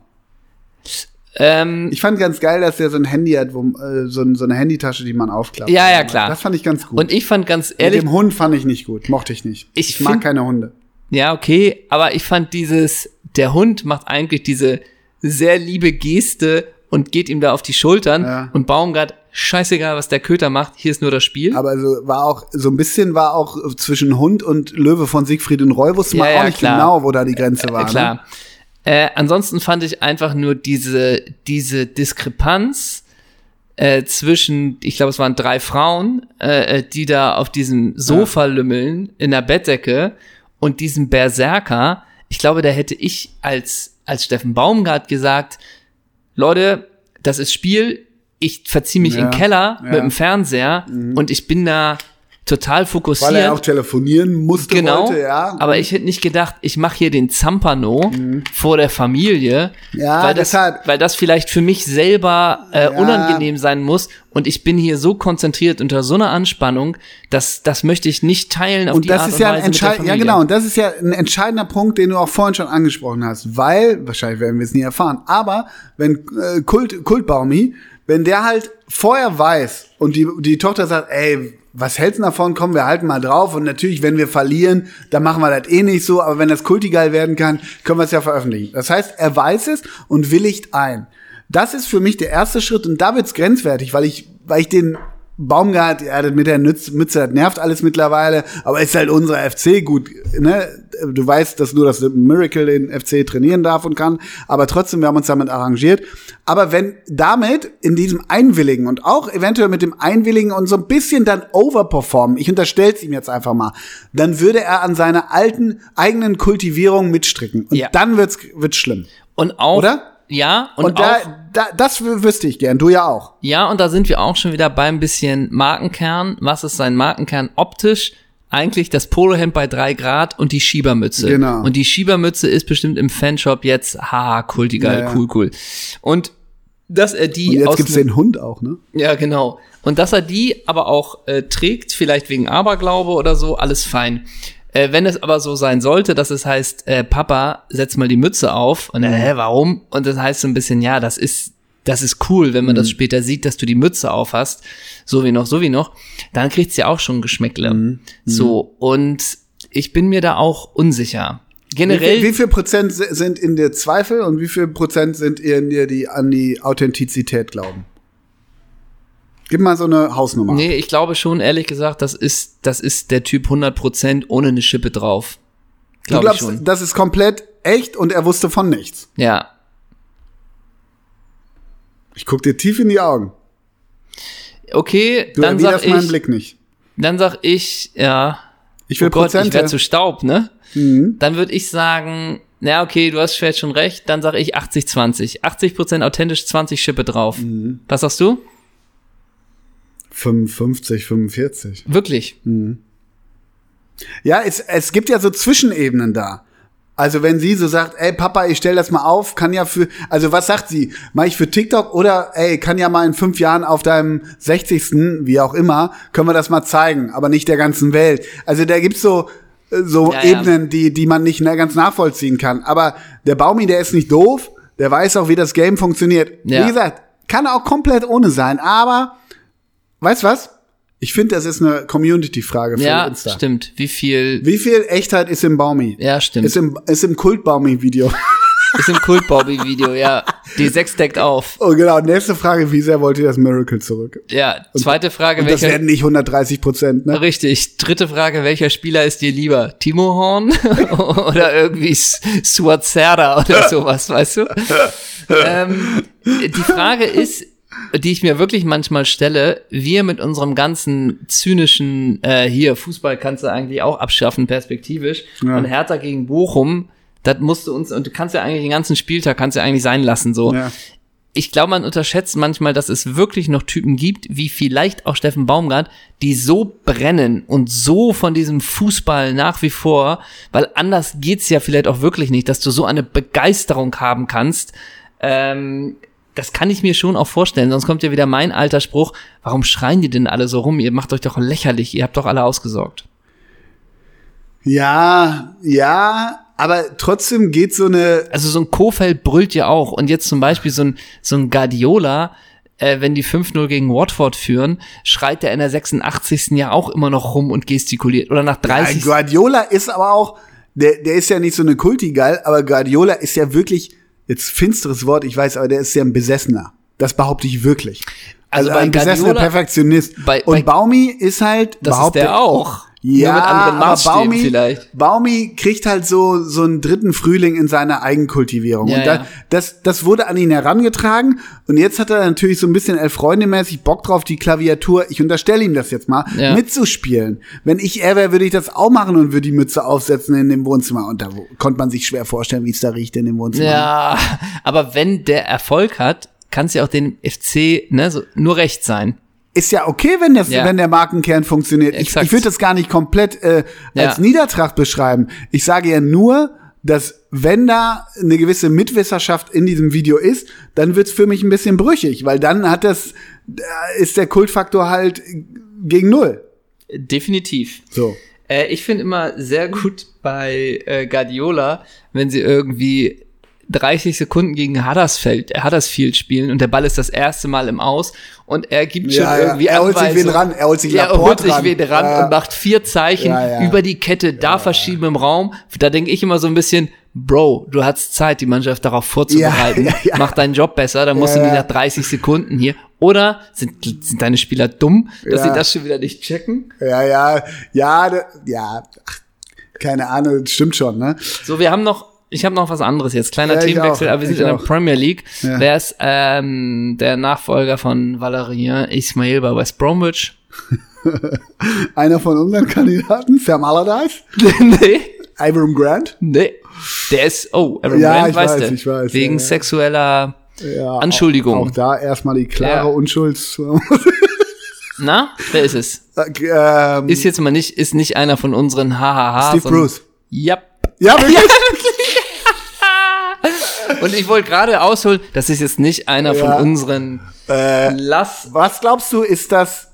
B: Ähm,
A: Ich fand ganz geil, dass der so ein Handy hat, wo, äh, so, ein- so eine Handytasche, die man aufklappt.
B: Ja, ja, klar.
A: Das fand ich ganz gut.
B: und ich fand ganz
A: Mit
B: ehrlich,
A: dem Hund fand ich nicht gut, mochte ich nicht.
B: Ich
A: ich mag
B: find-
A: keine Hunde.
B: Ja, okay, aber ich fand dieses, der Hund macht eigentlich diese sehr liebe Geste und geht ihm da auf die Schultern
A: Ja.
B: und Baumgart, scheißegal, was der Köter macht, hier ist nur das Spiel.
A: Aber so war auch so ein bisschen war auch zwischen Hund und Löwe von Siegfried und Roy wusste man
B: Ja, ja,
A: auch nicht
B: klar.
A: genau, wo da die Grenze war. ne?
B: Äh, Klar. Äh, ansonsten fand ich einfach nur diese, diese Diskrepanz äh, zwischen, ich glaube, es waren drei Frauen, äh, äh, die da auf diesem Sofa lümmeln in der Bettdecke und diesem Berserker. Ich glaube, da hätte ich als, als Steffen Baumgart gesagt, Leute, das ist Spiel, ich verziehe mich
A: Ja,
B: in den Keller mit
A: ja.
B: dem Fernseher und ich bin da total
A: Ne?
B: fokussiert.
A: Weil er auch telefonieren musste
B: Genau.
A: wollte, ja. Mhm.
B: Aber ich hätte nicht gedacht, ich mache hier den Zampano vor der Familie.
A: Ja,
B: weil das,
A: deshalb.
B: Weil das vielleicht für mich selber äh,
A: Ja.
B: unangenehm sein muss. Und ich bin hier so konzentriert unter so einer Anspannung, dass das möchte ich nicht teilen auf
A: und
B: die
A: das
B: Art
A: ist
B: und
A: ja
B: Weise
A: ein
B: mit der
A: entscheidender, ja
B: Familie.
A: genau, und das ist ja ein entscheidender Punkt, den du auch vorhin schon angesprochen hast, weil wahrscheinlich werden wir es nie erfahren, aber wenn äh, Kult Kultbaumi, wenn der halt vorher weiß und die die Tochter sagt, ey, was hältst du davon? Komm, wir halten mal drauf und natürlich, wenn wir verlieren, dann machen wir das eh nicht so, aber wenn das kultigeil werden kann, können wir es ja veröffentlichen. Das heißt, er weiß es und willigt ein. Das ist für mich der erste Schritt und da wird's grenzwertig, weil ich weil ich den Baumgart, ja, das mit der Nütz- Mütze, das nervt alles mittlerweile, aber ist halt unser FC gut, ne? Du weißt, dass nur das Miracle den FC trainieren darf und kann, aber trotzdem, wir haben uns damit arrangiert. Aber wenn damit in diesem Einwilligen und auch eventuell mit dem Einwilligen und so ein bisschen dann overperformen, ich unterstelle es ihm jetzt einfach mal, dann würde er an seiner alten, eigenen Kultivierung mitstricken. Und
B: Ja.
A: dann wird's, wird's schlimm.
B: Und auch,
A: Oder?
B: Ja, und,
A: Und, da,
B: auch,
A: da, das wü- wüsste ich gern, du ja auch.
B: ja, und da sind wir auch schon wieder beim bisschen Markenkern. Was ist sein Markenkern optisch? Eigentlich das Polohemd bei drei Grad und die Schiebermütze.
A: Genau.
B: Und die Schiebermütze ist bestimmt im Fanshop jetzt, haha, cool, die geil,
A: Ja, ja.
B: cool, cool. Und dass er
A: Und
B: die
A: jetzt
B: aus
A: gibt's
B: einem-
A: den Hund auch, ne?
B: ja genau und dass er die aber auch äh, trägt vielleicht wegen Aberglaube oder so alles fein äh, wenn es aber so sein sollte dass es heißt äh, Papa setz mal die Mütze auf und er, hä warum und das heißt so ein bisschen ja das ist das ist cool wenn man
A: Mhm.
B: das später sieht dass du die Mütze auf hast so wie noch so wie noch dann kriegt's ja auch schon Geschmäckle
A: Mhm.
B: so und ich bin mir da auch unsicher generell
A: Wie, viel- wie viel Prozent si- sind in dir Zweifel und wie viel Prozent sind in dir, die an die Authentizität glauben? Gib mal so eine Hausnummer.
B: Nee, ich glaube schon, ehrlich gesagt, das ist, das ist der Typ 100% ohne eine Schippe drauf.
A: du
B: Glaube ich
A: glaubst,
B: schon.
A: das ist komplett echt und er wusste von nichts.
B: Ja.
A: Ich guck dir tief in die Augen.
B: Okay,
A: Du
B: dann
A: erwiderst
B: sag
A: meinen
B: ich,
A: Blick nicht.
B: dann sag ich, ja,
A: Ich will
B: oh Gott, ich
A: Prozente.
B: werde zu Staub, ne?
A: Mhm.
B: Dann würde ich sagen, na okay, du hast vielleicht schon recht, dann sage ich 80-20. 80% authentisch, 20 Schippe drauf.
A: Mhm.
B: Was sagst du?
A: 55, 45.
B: Wirklich?
A: Ja, es, es gibt ja so Zwischenebenen da. Also wenn sie so sagt, ey Papa, ich stell das mal auf, kann ja für, also was sagt sie? Mach ich für TikTok oder ey, kann ja mal in fünf Jahren auf deinem 60. wie auch immer, können wir das mal zeigen, aber nicht der ganzen Welt. Also da gibt's so äh, so
B: Ja, ja.
A: Ebenen, die die man nicht na- ganz nachvollziehen kann. Aber der Baumi, der ist nicht doof, der weiß auch, wie das Game funktioniert.
B: Ja.
A: Wie gesagt, kann auch komplett ohne sein, aber weißt du was? Ich finde, das ist eine Community-Frage für
B: Ja,
A: Insta.
B: stimmt. Wie viel?
A: Wie viel Echtheit ist im Baumi?
B: Ja, stimmt.
A: Ist im, ist im Kult-Baumi-Video.
B: Ist im Kult-Bobby-Video, ja. Die 6 deckt auf.
A: Oh, genau. Nächste Frage. Wie sehr wollt ihr das Miracle zurück?
B: Ja, zweite Frage,
A: Und das
B: welcher.
A: werden nicht 130 Prozent, ne?
B: Richtig. Dritte Frage, welcher Spieler ist dir lieber? Timo Horn oder irgendwie S- Suat Serra oder sowas, weißt du? ähm, die Frage ist, die ich mir wirklich manchmal stelle, wir mit unserem ganzen zynischen äh, hier Fußball kannst du eigentlich auch abschaffen perspektivisch
A: Ja.
B: und Hertha gegen Bochum, das musst du uns und du kannst ja eigentlich den ganzen Spieltag kannst du eigentlich sein lassen so.
A: Ja.
B: ich glaube, man unterschätzt manchmal, dass es wirklich noch Typen gibt, wie vielleicht auch Steffen Baumgart, die so brennen und so von diesem Fußball nach wie vor, weil anders geht's ja vielleicht auch wirklich nicht, dass du so eine Begeisterung haben kannst. Ähm, das kann ich mir schon auch vorstellen, sonst kommt ja wieder mein alter Spruch, warum schreien die denn alle so rum? Ihr macht euch doch lächerlich, ihr habt doch alle ausgesorgt.
A: ja, ja. Aber trotzdem geht so eine,
B: also so ein Kofeld brüllt ja auch. Und jetzt zum Beispiel so ein, so ein Guardiola, äh, wenn die 5-0 gegen Watford führen, schreit der in der 86. ja auch immer noch rum und gestikuliert. Oder nach
A: ein
B: 30.
A: Guardiola ist aber auch, der, der ist ja nicht so eine Kultigal, aber Guardiola ist ja wirklich, jetzt finsteres Wort, ich weiß, aber der ist ja ein Besessener. Das behaupte ich wirklich.
B: Also
A: Also,
B: bei
A: ein besessener
B: Guardiola-
A: Perfektionist.
B: bei-
A: Und
B: bei-
A: Baumi ist halt,
B: das ist
A: behaupte
B: der auch.
A: Ja,
B: Nur mit anderen
A: aber
B: Maßstäben
A: Baumi,
B: vielleicht.
A: Baumi kriegt halt so so einen dritten Frühling in seiner Eigenkultivierung.
B: Ja,
A: und da,
B: ja.
A: das das wurde an ihn herangetragen und jetzt hat er natürlich so ein bisschen elf Freunde mäßig Bock drauf, die Klaviatur, ich unterstelle ihm das jetzt mal,
B: Ja.
A: mitzuspielen. Wenn ich er wäre, würde ich das auch machen und würde die Mütze aufsetzen in dem Wohnzimmer und da wo- konnte man sich schwer vorstellen, wie es da riecht in dem Wohnzimmer.
B: Ja, aber wenn der Erfolg hat, kann es ja auch dem FC ne, so, nur recht sein.
A: Ist ja okay, wenn, das,
B: Ja.
A: wenn der Markenkern funktioniert. Ich,
B: Exakt.
A: ich würde das gar nicht komplett äh, als
B: Ja.
A: Niedertracht beschreiben. Ich sage ja nur, dass wenn da eine gewisse Mitwisserschaft in diesem Video ist, dann wird's für mich ein bisschen brüchig, weil dann hat das, da ist der Kultfaktor halt gegen null.
B: Definitiv.
A: So.
B: Äh, ich finde immer sehr gut bei äh, Guardiola, wenn sie irgendwie 30 Sekunden gegen Huddersfield, äh, Huddersfield spielen und der Ball ist das erste Mal im Aus und er gibt schon
A: Ja, ja.
B: irgendwie
A: Er holt sich
B: Anweisungen.
A: wen ran, er holt sich
B: ja, er
A: Laporte
B: holt sich
A: ran.
B: wen ran
A: Ja.
B: und macht vier Zeichen
A: Ja, ja.
B: über die Kette, da verschieben im Raum. Da denke ich immer so ein bisschen, Bro, du hast Zeit, die Mannschaft darauf vorzubereiten.
A: Ja, ja, ja.
B: Mach deinen Job besser, dann musst
A: Ja,
B: du nicht
A: ja.
B: nach 30 Sekunden hier. Oder sind, sind deine Spieler dumm,
A: Ja.
B: dass sie das schon wieder nicht checken?
A: Ja, ja, ja, da- ja. Ach, keine Ahnung, das stimmt schon, ne?
B: So, wir haben noch, ich habe noch was anderes jetzt. Kleiner
A: Ja, ich
B: Themenwechsel,
A: auch,
B: aber wir sind
A: ich
B: in der
A: auch.
B: Premier League.
A: Ja.
B: Wer ist ähm, der Nachfolger von Valerien Ismail bei West Bromwich?
A: Einer von unseren Kandidaten, Sam Allardyce,
B: nee,
A: Abram Grant.
B: nee. Der ist, oh, Aaron
A: Ja,
B: Brand
A: ich
B: weiß
A: weiß,
B: der.
A: ich weiß,
B: Wegen
A: ja, ja.
B: sexueller
A: Ja,
B: Anschuldigung.
A: Auch, auch da erstmal die klare
B: Ja.
A: Unschuld.
B: Na, wer ist es?
A: ähm,
B: Ist jetzt mal nicht, ist nicht einer von unseren Hahaha.
A: Steve Bruce.
B: Yep.
A: Ja, wirklich?
B: Und ich wollte gerade ausholen, das ist jetzt nicht einer
A: Ja.
B: von unseren
A: Äh,
B: Lass.
A: was glaubst du, ist das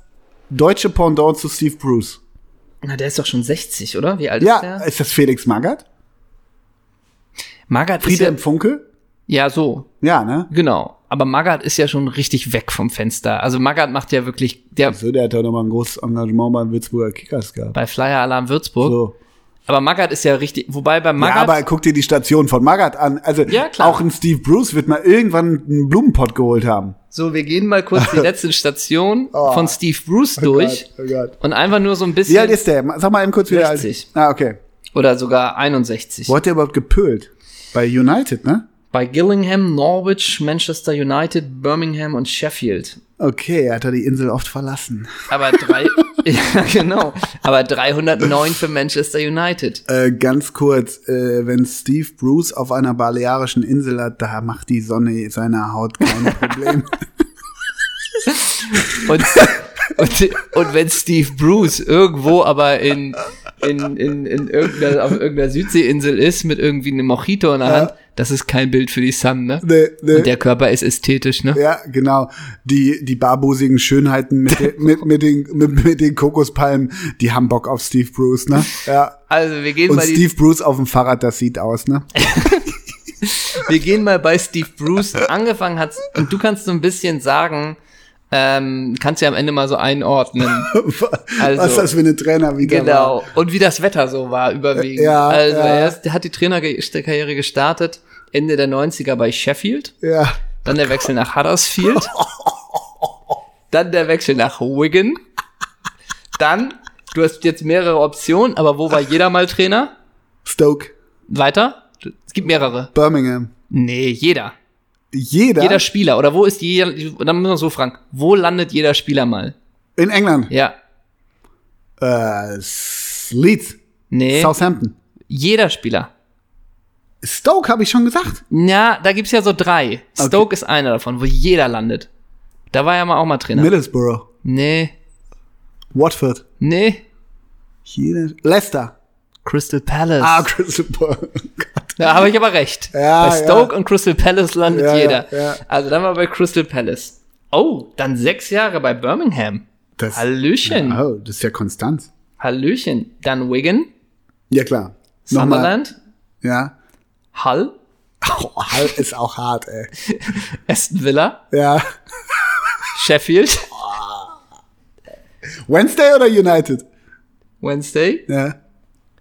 A: deutsche Pendant zu Steve Bruce?
B: Na, der ist doch schon 60, oder? Wie alt
A: Ja,
B: ist der?
A: ist das Felix Magath?
B: Margaret ist ja,
A: Friedhelm Funke?
B: ja so.
A: Ja, ne?
B: Genau. Aber Magath ist ja schon richtig weg vom Fenster. Also Magath macht ja wirklich, der
A: So, Also, der hat doch nochmal ein großes Engagement beim Würzburger Kickers gehabt.
B: bei Flyer Alarm Würzburg.
A: So.
B: Aber Magath ist ja richtig, wobei bei
A: Ja,
B: Magath,
A: aber guck dir die Station von Magath an. Also
B: Ja, klar.
A: auch ein Steve Bruce wird mal irgendwann einen Blumenpott geholt haben.
B: so wir gehen mal kurz die letzte Station
A: Oh.
B: von Steve Bruce durch
A: Oh Gott, oh Gott.
B: und einfach nur so ein
A: Wie alt
B: bisschen
A: ist der? Sag mal eben kurz, wie alt
B: 60.
A: Ah, okay.
B: oder sogar 61.
A: Wo hat der überhaupt gepölt? Bei United, ne?
B: Bei Gillingham, Norwich, Manchester United, Birmingham und Sheffield.
A: Okay, er hat er die Insel oft verlassen.
B: Aber drei, ja, genau. Aber 309 für Manchester United.
A: Äh, ganz kurz, äh, wenn Steve Bruce auf einer balearischen Insel hat, da macht die Sonne seiner Haut kein Problem.
B: Und, und, und wenn Steve Bruce irgendwo aber in, in, in, in irgendeiner, auf irgendeiner Südseeinsel ist mit irgendwie einem Mojito in der Hand, das ist kein Bild für die Sun, ne?
A: Nee, nee.
B: Und der Körper ist ästhetisch, ne?
A: ja, genau. Die, die barbusigen Schönheiten mit, den- mit, mit, den, mit, mit den Kokospalmen, die haben Bock auf Steve Bruce, ne? Ja.
B: Also wir gehen,
A: Und
B: bei die,
A: Steve Bruce auf dem Fahrrad, das sieht aus, ne?
B: wir gehen mal bei Steve Bruce. Angefangen hat's, und du kannst so ein bisschen sagen, ähm, kannst ja am Ende mal so einordnen.
A: Genau. Was ist das für eine Trainer wieder?
B: Also, Genau. Und wie das Wetter so war überwiegend.
A: Ja,
B: also
A: ja.
B: er ist- hat die Trainerkarriere gestartet, Ende der 90er bei Sheffield,
A: Ja.
B: dann der Wechsel nach Huddersfield, dann der Wechsel nach Wigan, dann, du hast jetzt mehrere Optionen, aber wo war jeder mal Trainer?
A: Stoke,
B: Weiter? Es gibt mehrere.
A: Birmingham.
B: Nee, jeder.
A: Jeder,
B: Jeder Spieler. Oder wo ist jeder, dann müssen wir so fragen, wo landet jeder Spieler mal?
A: in England.
B: Ja.
A: Äh, S- Leeds,
B: Nee,
A: Southampton.
B: jeder Spieler.
A: Stoke habe ich schon gesagt.
B: Na, da gibt's ja so drei. Stoke ist einer davon, wo jeder landet. Da war ja mal auch mal Trainer.
A: Middlesbrough,
B: nee,
A: Watford,
B: nee.
A: jeder. Leicester.
B: Crystal Palace.
A: Ah, Crystal Palace.
B: da habe ich aber recht.
A: Ja,
B: bei Stoke und Crystal Palace landet
A: Ja, ja,
B: jeder.
A: ja.
B: Also dann war bei Crystal Palace. Oh, dann sechs Jahre bei Birmingham.
A: Das,
B: Hallöchen.
A: oh, das ist ja Konstanz.
B: Hallöchen. Dann Wigan,
A: Ja, klar. Nochmal.
B: Sunderland,
A: Ja.
B: Hull,
A: Oh, Hall ist auch hart, ey.
B: Aston Villa,
A: Ja.
B: Sheffield,
A: Wednesday oder United?
B: Wednesday,
A: Ja.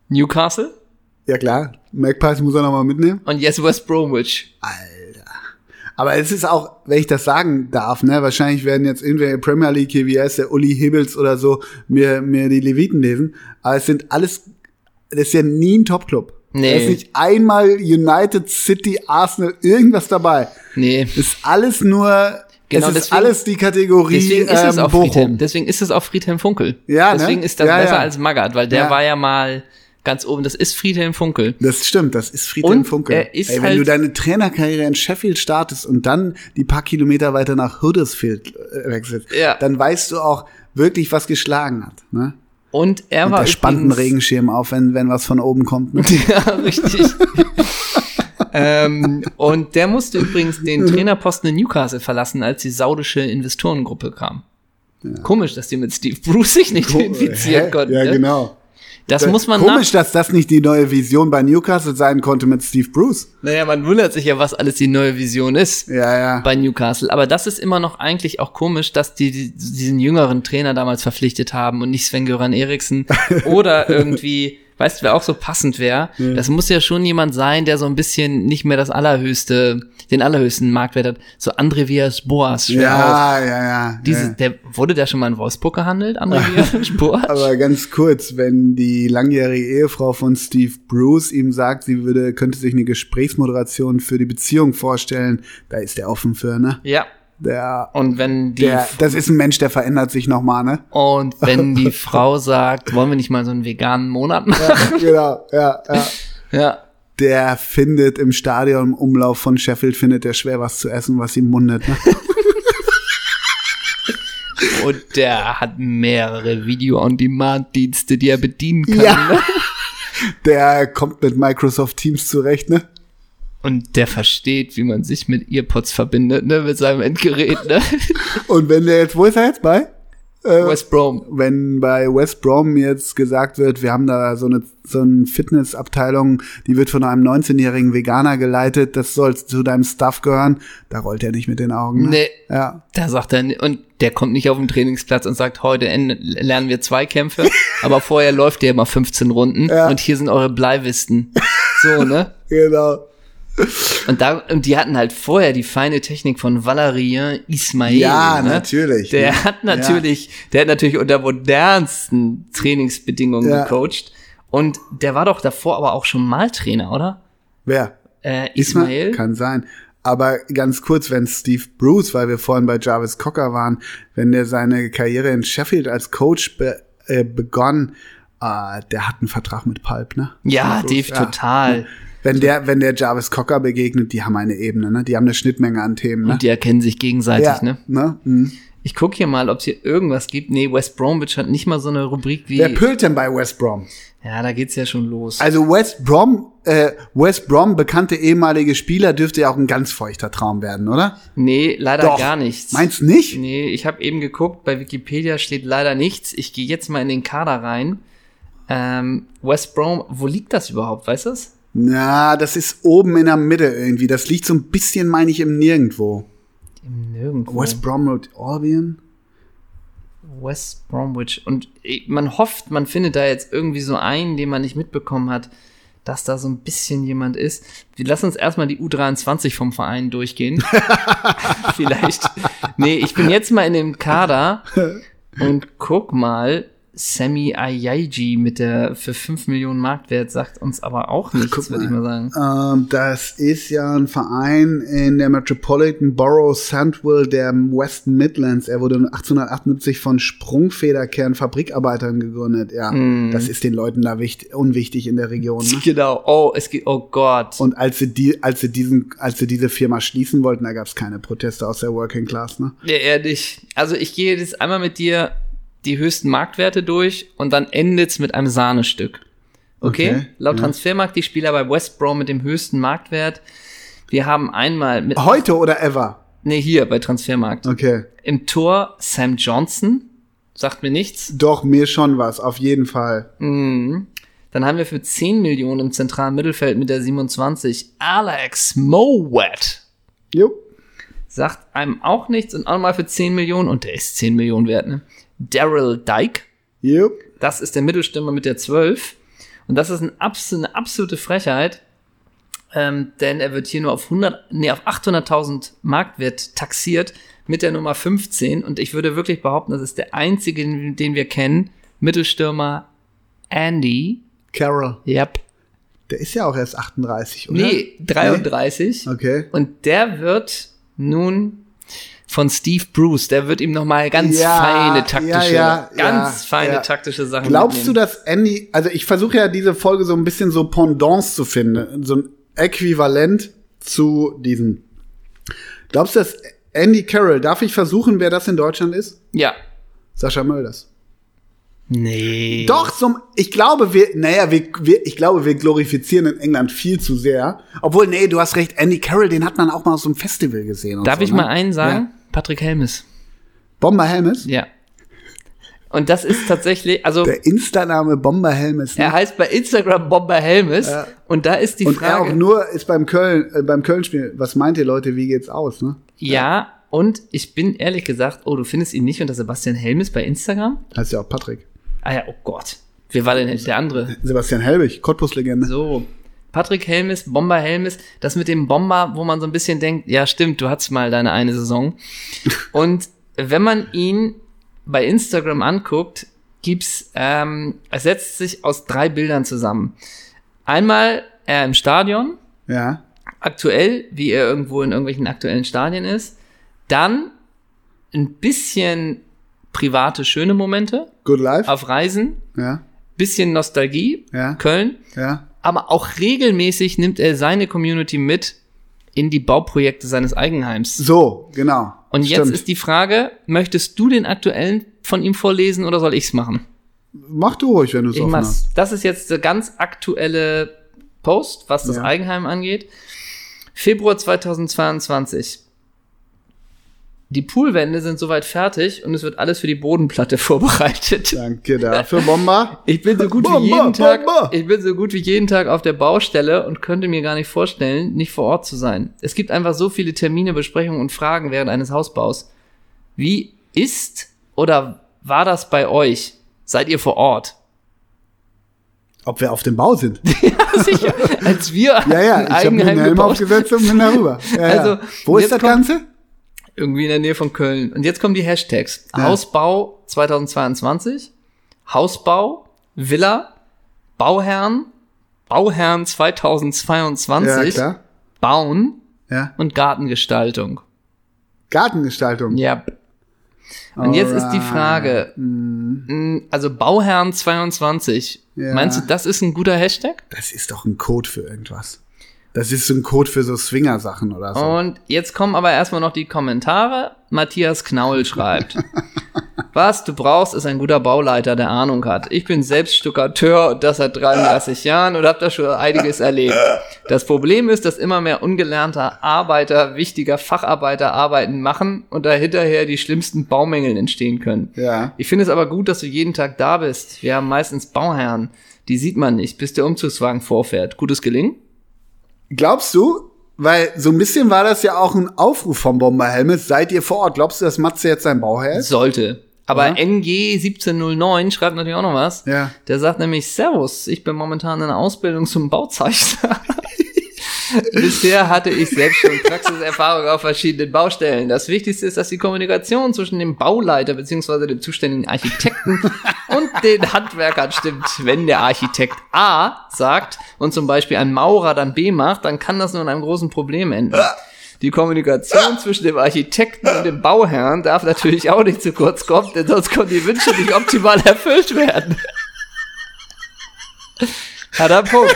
B: Newcastle
A: Ja, klar. Magpies muss er nochmal mitnehmen.
B: und jetzt West Bromwich.
A: Aber es ist auch, wenn ich das sagen darf, ne, wahrscheinlich werden jetzt irgendwelche Premier League hier, wie heißt der Uli Hibbels oder so, mir, mir die Leviten lesen. Aber es sind alles, das ist ja nie ein Top-Club.
B: Nee.
A: Da ist nicht einmal United City, Arsenal, irgendwas dabei.
B: Nee.
A: Ist alles nur, es
B: Genau,
A: ist
B: deswegen-
A: alles die Kategorie
B: Deswegen ist es
A: ähm,
B: auch Friedhelm.
A: Bochum.
B: Deswegen ist es auch Friedhelm Funkel.
A: Ja, ne?
B: Deswegen ist das
A: Ja,
B: besser
A: ja.
B: als Magath, weil der
A: Ja.
B: war ja mal ganz oben. Das ist Friedhelm Funkel.
A: Das stimmt, das ist Friedhelm
B: Und
A: Funke.
B: er ist
A: Ey, wenn
B: halt-
A: du deine Trainerkarriere in Sheffield startest und dann die paar Kilometer weiter nach Huddersfield äh, wechselst,
B: Ja.
A: dann weißt du auch wirklich, was geschlagen hat. Ne?
B: Und er
A: Und
B: war
A: der spannt einen
B: übrigens-
A: Regenschirm auf, wenn, wenn was von oben kommt. Ne?
B: ja, richtig. ähm, und der musste übrigens den Trainerposten in Newcastle verlassen, als die saudische Investorengruppe kam. Komisch, dass die mit Steve Bruce sich nicht identifizieren
A: Hä?
B: konnten.
A: ja,
B: ne?
A: genau.
B: Das muss man nach
A: Komisch, dass das nicht die neue Vision bei Newcastle sein konnte mit Steve Bruce.
B: Naja, man wundert sich ja, was alles die neue Vision ist.
A: Ja, ja.
B: bei Newcastle. Aber das ist immer noch eigentlich auch komisch, dass die, die diesen jüngeren Trainer damals verpflichtet haben und nicht Sven-Göran Eriksen oder irgendwie, weißt du, wer auch so passend wäre? Das muss ja schon jemand sein, der so ein bisschen nicht mehr das allerhöchste, den allerhöchsten Marktwert hat. So André Villas Boas. schwer auf.
A: ja, ja, ja.
B: Diese,
A: ja.
B: der, wurde der schon mal in Wolfsburg gehandelt, André Villas Boas?
A: Aber ganz kurz, wenn die langjährige Ehefrau von Steve Bruce ihm sagt, sie würde, könnte sich eine Gesprächsmoderation für die Beziehung vorstellen, da ist er offen für, ne?
B: Ja.
A: Der,
B: Und wenn die,
A: der, das ist ein Mensch, der verändert sich nochmal, ne?
B: und wenn die Frau sagt, wollen wir nicht mal so einen veganen Monat machen?
A: genau, ja, ja.
B: Ja.
A: Der findet im Stadion im Umlauf von Sheffield findet er schwer was zu essen, was ihm mundet. Ne?
B: Und der hat mehrere Video-on-Demand-Dienste, die er bedienen kann. ne?
A: Ja. Der kommt mit Microsoft Teams zurecht, ne?
B: Und der versteht, wie man sich mit Earpods verbindet, ne, mit seinem Endgerät, ne?
A: Und wenn der jetzt, wo ist er jetzt bei?
B: West Brom.
A: wenn bei West Brom jetzt gesagt wird, wir haben da so eine, so eine Fitnessabteilung, die wird von einem 19-jährigen Veganer geleitet, das soll zu deinem Stuff gehören, da rollt er nicht mit den Augen. Ne?
B: Nee.
A: Ja.
B: Da sagt er, ne- und der kommt nicht auf den Trainingsplatz und sagt, heute en- lernen wir zwei Kämpfe, aber vorher läuft ihr immer 15 Runden
A: Ja.
B: und hier sind eure Bleiwisten. So, ne?
A: Genau.
B: Und da, und die hatten halt vorher die feine Technik von Valerien Ismail.
A: Ja,
B: ne?
A: natürlich,
B: Der
A: ne?
B: hat natürlich, der hat natürlich unter modernsten Trainingsbedingungen
A: Ja.
B: gecoacht. Und der war doch davor aber auch schon mal Trainer, oder?
A: Wer?
B: Äh, Ismail.
A: Kann sein. Aber ganz kurz, wenn Steve Bruce, weil wir vorhin bei Jarvis Cocker waren, wenn der seine Karriere in Sheffield als Coach be äh, begonnen, äh, der hat einen Vertrag mit Pulp, ne?
B: ja,
A: Steve Bruce,
B: Dave,
A: ja.
B: total.
A: Wenn der, wenn der Jarvis Cocker begegnet, die haben eine Ebene, ne? Die haben eine Schnittmenge an Themen, ne?
B: Und die erkennen sich gegenseitig,
A: ja,
B: ne?
A: ne? Mhm.
B: Ich gucke hier mal, ob es hier irgendwas gibt. Nee, West Bromwich hat nicht mal so eine Rubrik wie.
A: Wer pölt denn bei West Brom?
B: ja, da geht's ja schon los.
A: Also West Brom, äh, West Brom, bekannte ehemalige Spieler, dürfte ja auch ein ganz feuchter Traum werden, oder?
B: nee, leider
A: Doch.
B: Äh, gar nichts.
A: Meinst nicht?
B: Nee, ich habe eben geguckt, bei Wikipedia steht leider nichts. Ich gehe jetzt mal in den Kader rein. Ähm, West Brom, wo liegt das überhaupt, weißt du es?
A: Na, das ist oben in der Mitte irgendwie. Das liegt so ein bisschen, meine ich, im Nirgendwo.
B: Im Nirgendwo.
A: West Brom Road Albion?
B: West Bromwich. Und eh, man hofft, man findet da jetzt irgendwie so einen, den man nicht mitbekommen hat, dass da so ein bisschen jemand ist. Wir lassen uns erstmal die U23 vom Verein durchgehen. Vielleicht. Nee, ich bin jetzt mal in dem Kader und guck mal. Sammy Ayaji mit der für 5 Millionen Marktwert sagt uns aber auch nichts,
A: guck
B: würde ich
A: mal.
B: mal sagen.
A: Ähm, das ist ja ein Verein in der Metropolitan Borough Sandwell der West Midlands. Er wurde 1878 von Sprungfederkern Fabrikarbeitern gegründet. Ja, das ist den Leuten da wicht unwichtig in der Region. Ne?
B: Genau. Oh, es geht. Oh Gott.
A: Und als sie, die, als, sie diesen, als sie diese Firma schließen wollten, da gab es keine Proteste aus der Working Class. Ne?
B: Ja, ehrlich. Also ich gehe jetzt einmal mit dir die höchsten Marktwerte durch und dann endet's mit einem Sahnestück. Okay?
A: Okay,
B: Laut
A: ja.
B: Transfermarkt die Spieler bei West Brom mit dem höchsten Marktwert. Wir haben einmal mit
A: Heute oder ever?
B: nee, hier bei Transfermarkt.
A: Okay.
B: Im Tor Sam Johnson, sagt mir nichts.
A: Doch, mir schon was, auf jeden Fall.
B: Mhm. Dann haben wir für 10 Millionen im zentralen Mittelfeld mit der 27 Alex Mowat.
A: Jo.
B: sagt einem auch nichts und auch nochmal für 10 Millionen und der ist 10 Millionen wert, ne? Daryl Dyke,
A: Jo.
B: das ist der Mittelstimmer mit der 12 und das ist ein abs eine absolute Frechheit, ähm, denn er wird hier nur auf 100, nee, auf 800.000 Marktwert taxiert mit der Nummer 15 und ich würde wirklich behaupten, das ist der einzige, den, den wir kennen, Mittelstürmer Andy,
A: Carol.
B: yep,
A: Der ist ja auch erst 38, oder?
B: nee, 33
A: Okay.
B: und der wird nun von Steve Bruce, der wird ihm nochmal ganz
A: Ja,
B: feine taktische,
A: ja, ja,
B: ganz
A: ja,
B: feine
A: ja.
B: taktische Sachen.
A: Glaubst du,
B: das?
A: dass Andy, also ich versuche ja diese Folge so ein bisschen so Pendants zu finden, so ein Äquivalent zu diesem. Glaubst du, dass Andy Carroll, darf ich versuchen, wer das in Deutschland ist?
B: Ja.
A: Sascha Mölders.
B: Nee.
A: Doch, zum, ich glaube, wir, naja, wir, wir, ich glaube, wir glorifizieren in England viel zu sehr. Obwohl, nee, du hast recht, Andy Carroll, den hat man auch mal aus so einem Festival gesehen. und
B: Darf
A: so,
B: ich
A: ne?
B: mal einen sagen?
A: Ja.
B: Patrick Helmes.
A: Bomber Helmes?
B: Ja. Und das ist tatsächlich, also
A: Der Insta-Name Bomber Helmes.
B: er
A: Ne?
B: heißt bei Instagram Bomber Helmes
A: Ja.
B: und da ist die
A: Und er
B: Frage.
A: auch nur ist beim Köln, äh, beim Köln-Spiel. Was meint ihr Leute, wie geht's aus, ne?
B: ja, und ich bin ehrlich gesagt, oh, du findest ihn nicht unter Sebastian Helmes bei Instagram?
A: Heißt ja auch Patrick.
B: Ah ja, oh Gott. Wer war denn der andere?
A: Sebastian Helbig, Cottbus-Legende.
B: So, Patrick Helmes, Bomber Helmes, das mit dem Bomber, wo man so ein bisschen denkt, ja stimmt, du hattest mal deine eine Saison. Und wenn man ihn bei Instagram anguckt, gibt's, ähm, es setzt sich aus drei Bildern zusammen. Einmal er im Stadion,
A: Ja.
B: aktuell, wie er irgendwo in irgendwelchen aktuellen Stadien ist. Dann ein bisschen private schöne Momente
A: Good Life.
B: auf Reisen,
A: ja.
B: bisschen Nostalgie,
A: Ja.
B: Köln
A: Ja.
B: aber auch regelmäßig nimmt er seine Community mit in die Bauprojekte seines Eigenheims.
A: So, genau.
B: Und jetzt
A: Stimmt.
B: ist die Frage, möchtest du den aktuellen von ihm vorlesen oder soll ich's machen?
A: Mach du ruhig, wenn du es
B: Ich
A: offen hast.
B: mach's. Das ist jetzt der ganz aktuelle Post, was das
A: Ja.
B: Eigenheim angeht. Februar 2022. Die Poolwände sind soweit fertig und es wird alles für die Bodenplatte vorbereitet.
A: Danke dafür, Bomber.
B: Ich bin so gut
A: Bomber,
B: wie jeden Tag,
A: Bomber.
B: ich bin so gut wie jeden Tag auf der Baustelle und könnte mir gar nicht vorstellen, nicht vor Ort zu sein. Es gibt einfach so viele Termine, Besprechungen und Fragen während eines Hausbaus. Wie ist oder war das bei euch? Seid ihr vor Ort?
A: Ob wir auf dem Bau sind?
B: Sicher, als wir
A: Ja, ja,
B: ein
A: ich habe mir
B: Eigenheim
A: einen Helm
B: gebaut,
A: aufgesetzt und bin darüber. Ja, also,
B: Also,
A: ja. Wo ist
B: jetzt
A: das
B: kommt-
A: Ganze?
B: irgendwie in der Nähe von Köln. Und jetzt kommen die Hashtags. Hausbau 2022, Hausbau, Villa, Bauherren, Bauherren 2022.
A: Ja, klar.
B: Bauen
A: Ja.
B: und Gartengestaltung.
A: Gartengestaltung.
B: Ja. Und jetzt ist die Frage, mh, also Bauherren 22,
A: Ja.
B: meinst du, das ist ein guter Hashtag?
A: Das ist doch ein Code für irgendwas. Das ist so ein Code für so Swinger-Sachen oder so.
B: Und jetzt kommen aber erstmal noch die Kommentare. Matthias Knaul schreibt. Was du brauchst, ist ein guter Bauleiter, der Ahnung hat. Ich bin selbst Stuckateur und das seit 33 Jahren und habe da schon einiges erlebt. Das Problem ist, dass immer mehr ungelernter Arbeiter, wichtiger Facharbeiter Arbeiten machen und da hinterher die schlimmsten Baumängel entstehen können.
A: Ja.
B: Ich finde es aber gut, dass du jeden Tag da bist. Wir haben meistens Bauherren. Die sieht man nicht, bis der Umzugswagen vorfährt. Gutes Gelingen?
A: Glaubst du, weil so ein bisschen war das ja auch ein Aufruf vom Bomberhelmet, seid ihr vor Ort? Glaubst du, dass Matze jetzt sein Bauherr ist?
B: Sollte. Aber
A: Ja.
B: NG1709 schreibt natürlich auch noch was.
A: Ja.
B: Der sagt nämlich, Servus, ich bin momentan in der Ausbildung zum Bauzeichner. Bisher hatte ich selbst schon Praxiserfahrung auf verschiedenen Baustellen. Das Wichtigste ist, dass die Kommunikation zwischen dem Bauleiter bzw. dem zuständigen Architekten und den Handwerkern stimmt. Wenn der Architekt A sagt und zum Beispiel ein Maurer dann B macht, dann kann das nur in einem großen Problem enden. Die Kommunikation zwischen dem Architekten und dem Bauherrn darf natürlich auch nicht zu kurz kommen, denn sonst können die Wünsche nicht optimal erfüllt werden. Hat er einen Punkt.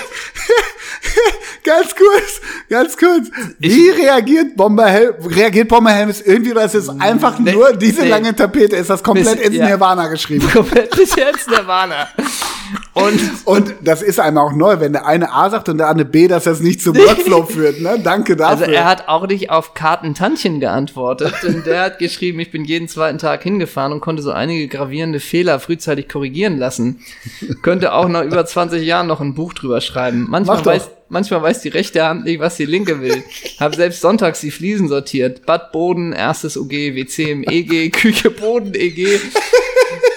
A: Ganz kurz, ganz kurz. Wie reagiert Bomberhelm, reagiert Bomberhelmes irgendwie, oder ist es einfach
B: Nee,
A: nur diese
B: nee.
A: lange Tapete, ist das komplett
B: Mist,
A: ins
B: ja.
A: Nirvana geschrieben.
B: Komplett bis jetzt Nirvana. Und
A: Und das ist einem auch neu, wenn der eine A sagt und der andere B, dass das nicht zum Workflow führt, ne? Danke
B: also
A: dafür.
B: er hat auch nicht auf Kartentantchen geantwortet, denn der hat geschrieben, ich bin jeden zweiten Tag hingefahren und konnte so einige gravierende Fehler frühzeitig korrigieren lassen. Könnte auch nach über 20 Jahren noch ein Buch drüber schreiben.
A: Mach
B: Manchmal
A: doch.
B: weiß, manchmal weiß die rechte Hand nicht, was die linke will. Hab selbst sonntags die Fliesen sortiert. Bad Boden, erstes UG, WC im EG, Küche Boden, EG.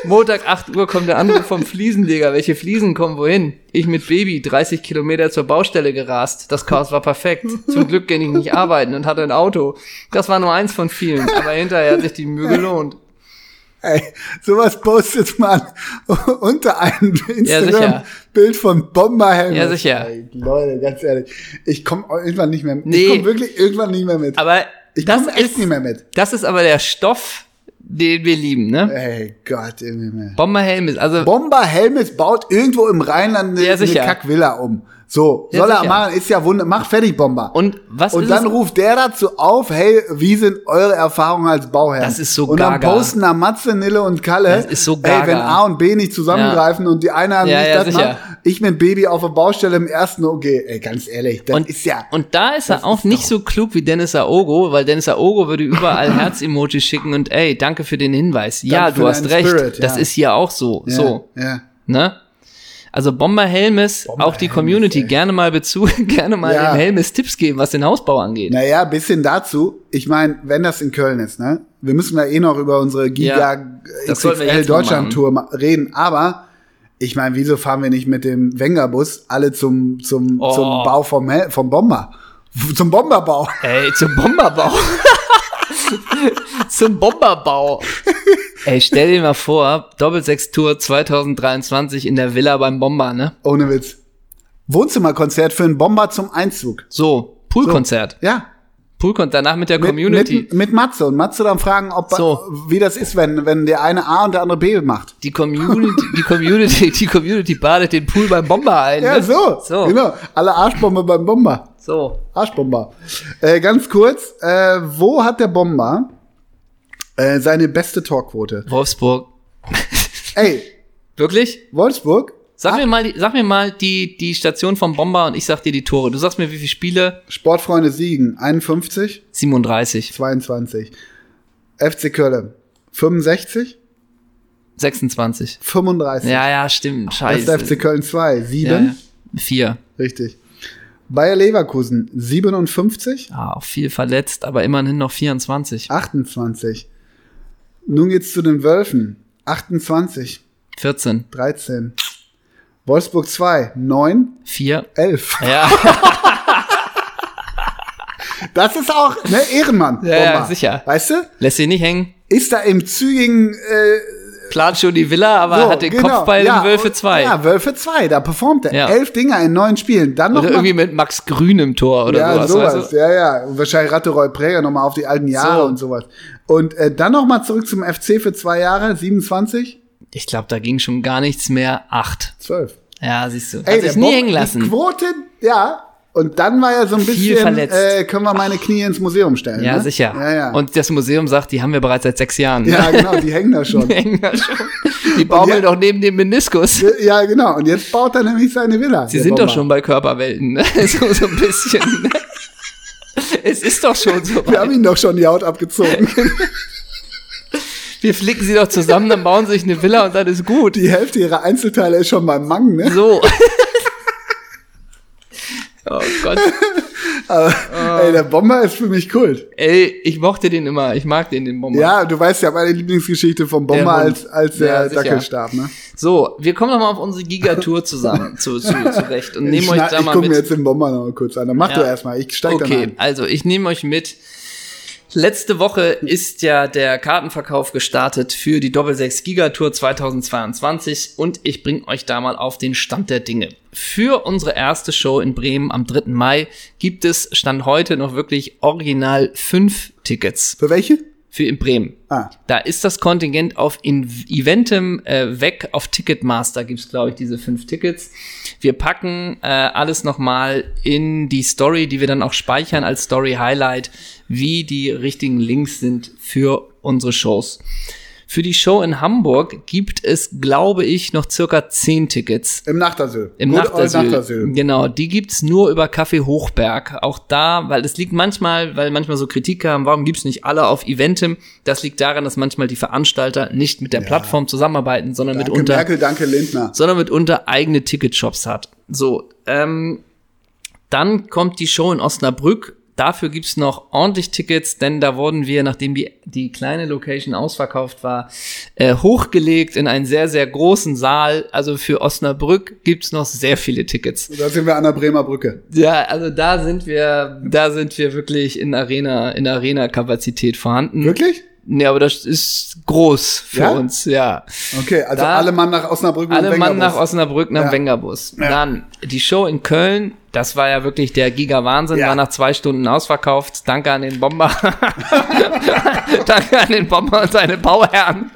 B: Montag 8 Uhr kommt der Anruf vom Fliesenleger. Welche Fliesen kommen wohin? Ich mit Baby 30 Kilometer zur Baustelle gerast. Das Chaos war perfekt. Zum Glück ging ich nicht arbeiten und hatte ein Auto. Das war nur eins von vielen, aber hinterher hat sich die Mühe gelohnt.
A: Ey, sowas postet man unter einem
B: sicher.
A: Instagram-Bild von Bomberhelm.
B: Ja, sicher.
A: Ey, Leute, ganz ehrlich, ich komme irgendwann nicht mehr mit.
B: Nee.
A: Ich komme wirklich irgendwann nicht mehr mit.
B: Aber
A: ich
B: das,
A: komme echt
B: ist,
A: nicht mehr mit.
B: das ist aber der Stoff, den wir lieben, ne?
A: Ey, Gott im Himmel.
B: Bomberhelm ist, also
A: Bomberhelmet baut irgendwo im Rheinland eine,
B: Ja,
A: eine
B: sicher.
A: Kackvilla um. So,
B: Ja,
A: soll er
B: sicher.
A: machen, ist ja wunderbar. Mach fertig, Bomber.
B: Und was
A: Und
B: ist
A: dann
B: es?
A: ruft der dazu auf, hey, wie sind eure Erfahrungen als Bauherr?
B: Das ist so
A: Und dann
B: gaga.
A: posten da Matze, Nille und Kalle,
B: Das ist so
A: hey,
B: gaga.
A: wenn A und B nicht zusammengreifen und die eine haben
B: Ja,
A: nicht
B: ja,
A: das
B: sicher.
A: macht, ich mit Baby auf der Baustelle im ersten, okay, ey, ganz ehrlich, das
B: und,
A: ist ja,
B: und da ist er auch nicht so klug wie Dennis Aogo, weil Dennis Aogo würde überall Herz-Emoji schicken und ey, danke für den Hinweis. ja,
A: für
B: du hast
A: deinen
B: recht.
A: Spirit, ja.
B: Das ist hier auch so.
A: ja,
B: So,
A: ja.
B: ne? Also Bomber Helmes,
A: Bomber
B: auch die
A: Helmes,
B: Community,
A: ey.
B: gerne mal Bezug, gerne mal
A: Ja.
B: dem Helmes Tipps geben, was den Hausbau angeht.
A: Naja, bisschen dazu. Ich meine, wenn das in Köln ist, ne? Wir müssen da eh noch über unsere Giga
B: Ja, das sollten wir
A: XXL
B: jetzt mal
A: Deutschland-Tour ma- reden, aber ich meine, wieso fahren wir nicht mit dem Wenger-Bus alle zum, zum,
B: Oh.
A: zum Bau vom, Hel- vom Bomber? Zum Bomberbau.
B: Ey, zum Bomberbau. zum Bomberbau. Ey, stell dir mal vor, Doppelsechs-Tour 2023 in der Villa beim Bomber, ne?
A: Ohne Witz. Wohnzimmerkonzert für einen Bomber zum Einzug.
B: So, Poolkonzert.
A: Ja.
B: Poolkonzert, danach mit der
A: Mit,
B: Community.
A: Mit, mit Matze. Und Matze dann fragen, ob
B: So.
A: wie das ist, wenn, wenn der eine A und der andere B macht.
B: Die Community, die Community, die Community badet den Pool beim Bomber ein.
A: Ja,
B: ne?
A: so.
B: So,
A: Genau. Alle Arschbombe beim Bomber.
B: so.
A: Arschbomber. Äh, ganz kurz, äh, wo hat der Bomber äh, seine beste Torquote?
B: Wolfsburg.
A: Ey,
B: Wirklich?
A: Wolfsburg,
B: Sag mir mal, die- sag mir mal die, die Station vom Bomber und ich sag dir die Tore. Du sagst mir, wie viele Spiele?
A: Sportfreunde Siegen, 51,
B: 37,
A: 22. FC Köln, 65,
B: 26.
A: 35.
B: Ja, ja, stimmt.
A: das
B: Scheiße.
A: ist FC Köln 2, 7,
B: ja, ja. Vier.
A: richtig. Bayer Leverkusen, 57,
B: Ja, auch viel verletzt, aber immerhin noch 24.
A: 28. Nun geht's zu den Wölfen, 28,
B: 14.
A: 13. Wolfsburg 2, 9,
B: 4.
A: 11.
B: Ja,
A: Das ist auch, ne, Ehrenmann.
B: Ja, ja,
A: Bomber.
B: sicher.
A: Weißt du?
B: lässt sich nicht hängen.
A: Ist da im zügigen äh,
B: plant schon die Villa, aber
A: So,
B: hat den
A: genau.
B: Kopfball
A: Ja,
B: in Wölfe
A: und-
B: 2.
A: Ja, Wölfe 2, da performt er.
B: Ja.
A: Elf Dinger in neun Spielen. Dann noch
B: oder
A: mal-
B: irgendwie mit Max Grün im Tor oder
A: ja,
B: sowas. weißt du?
A: Ja, ja. Und wahrscheinlich Ratteroy Präger nochmal auf die alten Jahre
B: So.
A: und sowas. Und äh, dann nochmal zurück zum FC für zwei Jahre, 27,
B: Ich glaube, da ging schon gar nichts mehr. Acht.
A: 12.
B: Ja, siehst du. Hat sich nie
A: Bock-
B: hängen
A: Die
B: lassen.
A: Quote, ja. Und dann war ja so ein
B: Viel
A: bisschen,
B: verletzt.
A: äh, können wir meine Knie ins Museum stellen.
B: Ja,
A: ne?
B: sicher.
A: Ja, ja.
B: Und das Museum sagt, die haben wir bereits seit sechs Jahren. ne?
A: ja, genau, die hängen da schon.
B: Die hängen da schon. Die baumeln
A: ja-
B: doch neben dem Meniskus.
A: ja, genau. Und jetzt baut er nämlich seine Villa.
B: Sie
A: der
B: sind doch
A: Bomber.
B: schon bei Körperwelten, ne? so, so ein bisschen. Ne? Es ist doch schon so.
A: Wir haben ihn doch schon die Haut abgezogen.
B: Wir flicken sie doch zusammen, dann bauen sie sich eine Villa und dann ist gut.
A: die Hälfte ihrer Einzelteile ist schon beim Mangen, ne?
B: So. Oh Gott. Ah.
A: Ey, der Bomber ist für mich Kult.
B: Ey, ich mochte den immer. Ich mag den, den Bomber.
A: Ja, du weißt ja meine Lieblingsgeschichte vom
B: Der
A: Bomber als,
B: Hund.
A: als
B: Ja,
A: der
B: sicher.
A: Dackelstab, ne?
B: So, wir kommen nochmal auf unsere Gigatour zusammen, zu, zu, zurecht. Und
A: ich
B: nehmen euch
A: schna-
B: da
A: ich
B: mal
A: guck
B: mit.
A: mir jetzt den Bomber noch mal kurz an. Dann mach
B: Ja.
A: du erstmal. Ich steig dann
B: Okay,
A: ein.
B: also ich nehme euch mit. Letzte Woche ist ja der Kartenverkauf gestartet für die Doppelsechs Gigatour 2022 und ich bringe euch da mal auf den Stand der Dinge. Für unsere erste Show in Bremen am 3. Mai gibt es Stand heute noch wirklich original fünf Tickets
A: Für welche?
B: für in Bremen.
A: Ah,
B: Da ist das Kontingent auf in Eventim äh, weg, auf Ticketmaster gibt's glaub glaube ich, diese fünf Tickets. Wir packen äh, alles nochmal in die Story, die wir dann auch speichern als Story-Highlight, wie die richtigen Links sind für unsere Shows. Für die Show in Hamburg gibt es, glaube ich, noch circa zehn Tickets.
A: im Nachtasyl.
B: Im
A: Good old
B: Nachtasyl. Genau, die gibt's nur über Kaffee Hochberg. Auch da, weil es liegt manchmal, weil manchmal so Kritik kam, warum gibt's nicht alle auf Eventim? Das liegt daran, dass manchmal die Veranstalter nicht mit der Plattform zusammenarbeiten, sondern
A: Danke
B: mitunter
A: Merkel, danke Lindner.
B: sondern mitunter eigene Ticketshops hat. So, ähm, dann kommt die Show in Osnabrück. Dafür gibt's noch ordentlich Tickets, denn da wurden wir, nachdem die, die kleine Location ausverkauft war, äh, hochgelegt in einen sehr, sehr großen Saal. Also für Osnabrück gibt's noch sehr viele Tickets.
A: Da sind wir an der Bremer Brücke.
B: Ja, also da sind wir, da sind wir wirklich in Arena, in Arena-Kapazität vorhanden.
A: Wirklich?
B: Ja, aber das ist groß für
A: Ja?
B: uns, ja.
A: Okay, also
B: Da-
A: alle Mann nach Osnabrück und
B: Alle Mann
A: Wengerbus.
B: nach Osnabrück nach
A: Ja.
B: Wengerbus. Dann die Show in Köln. Das war ja wirklich der Giga-Wahnsinn.
A: Ja.
B: War nach zwei Stunden ausverkauft. Danke an den Bomber. Danke an den Bomber und seine Bauherren.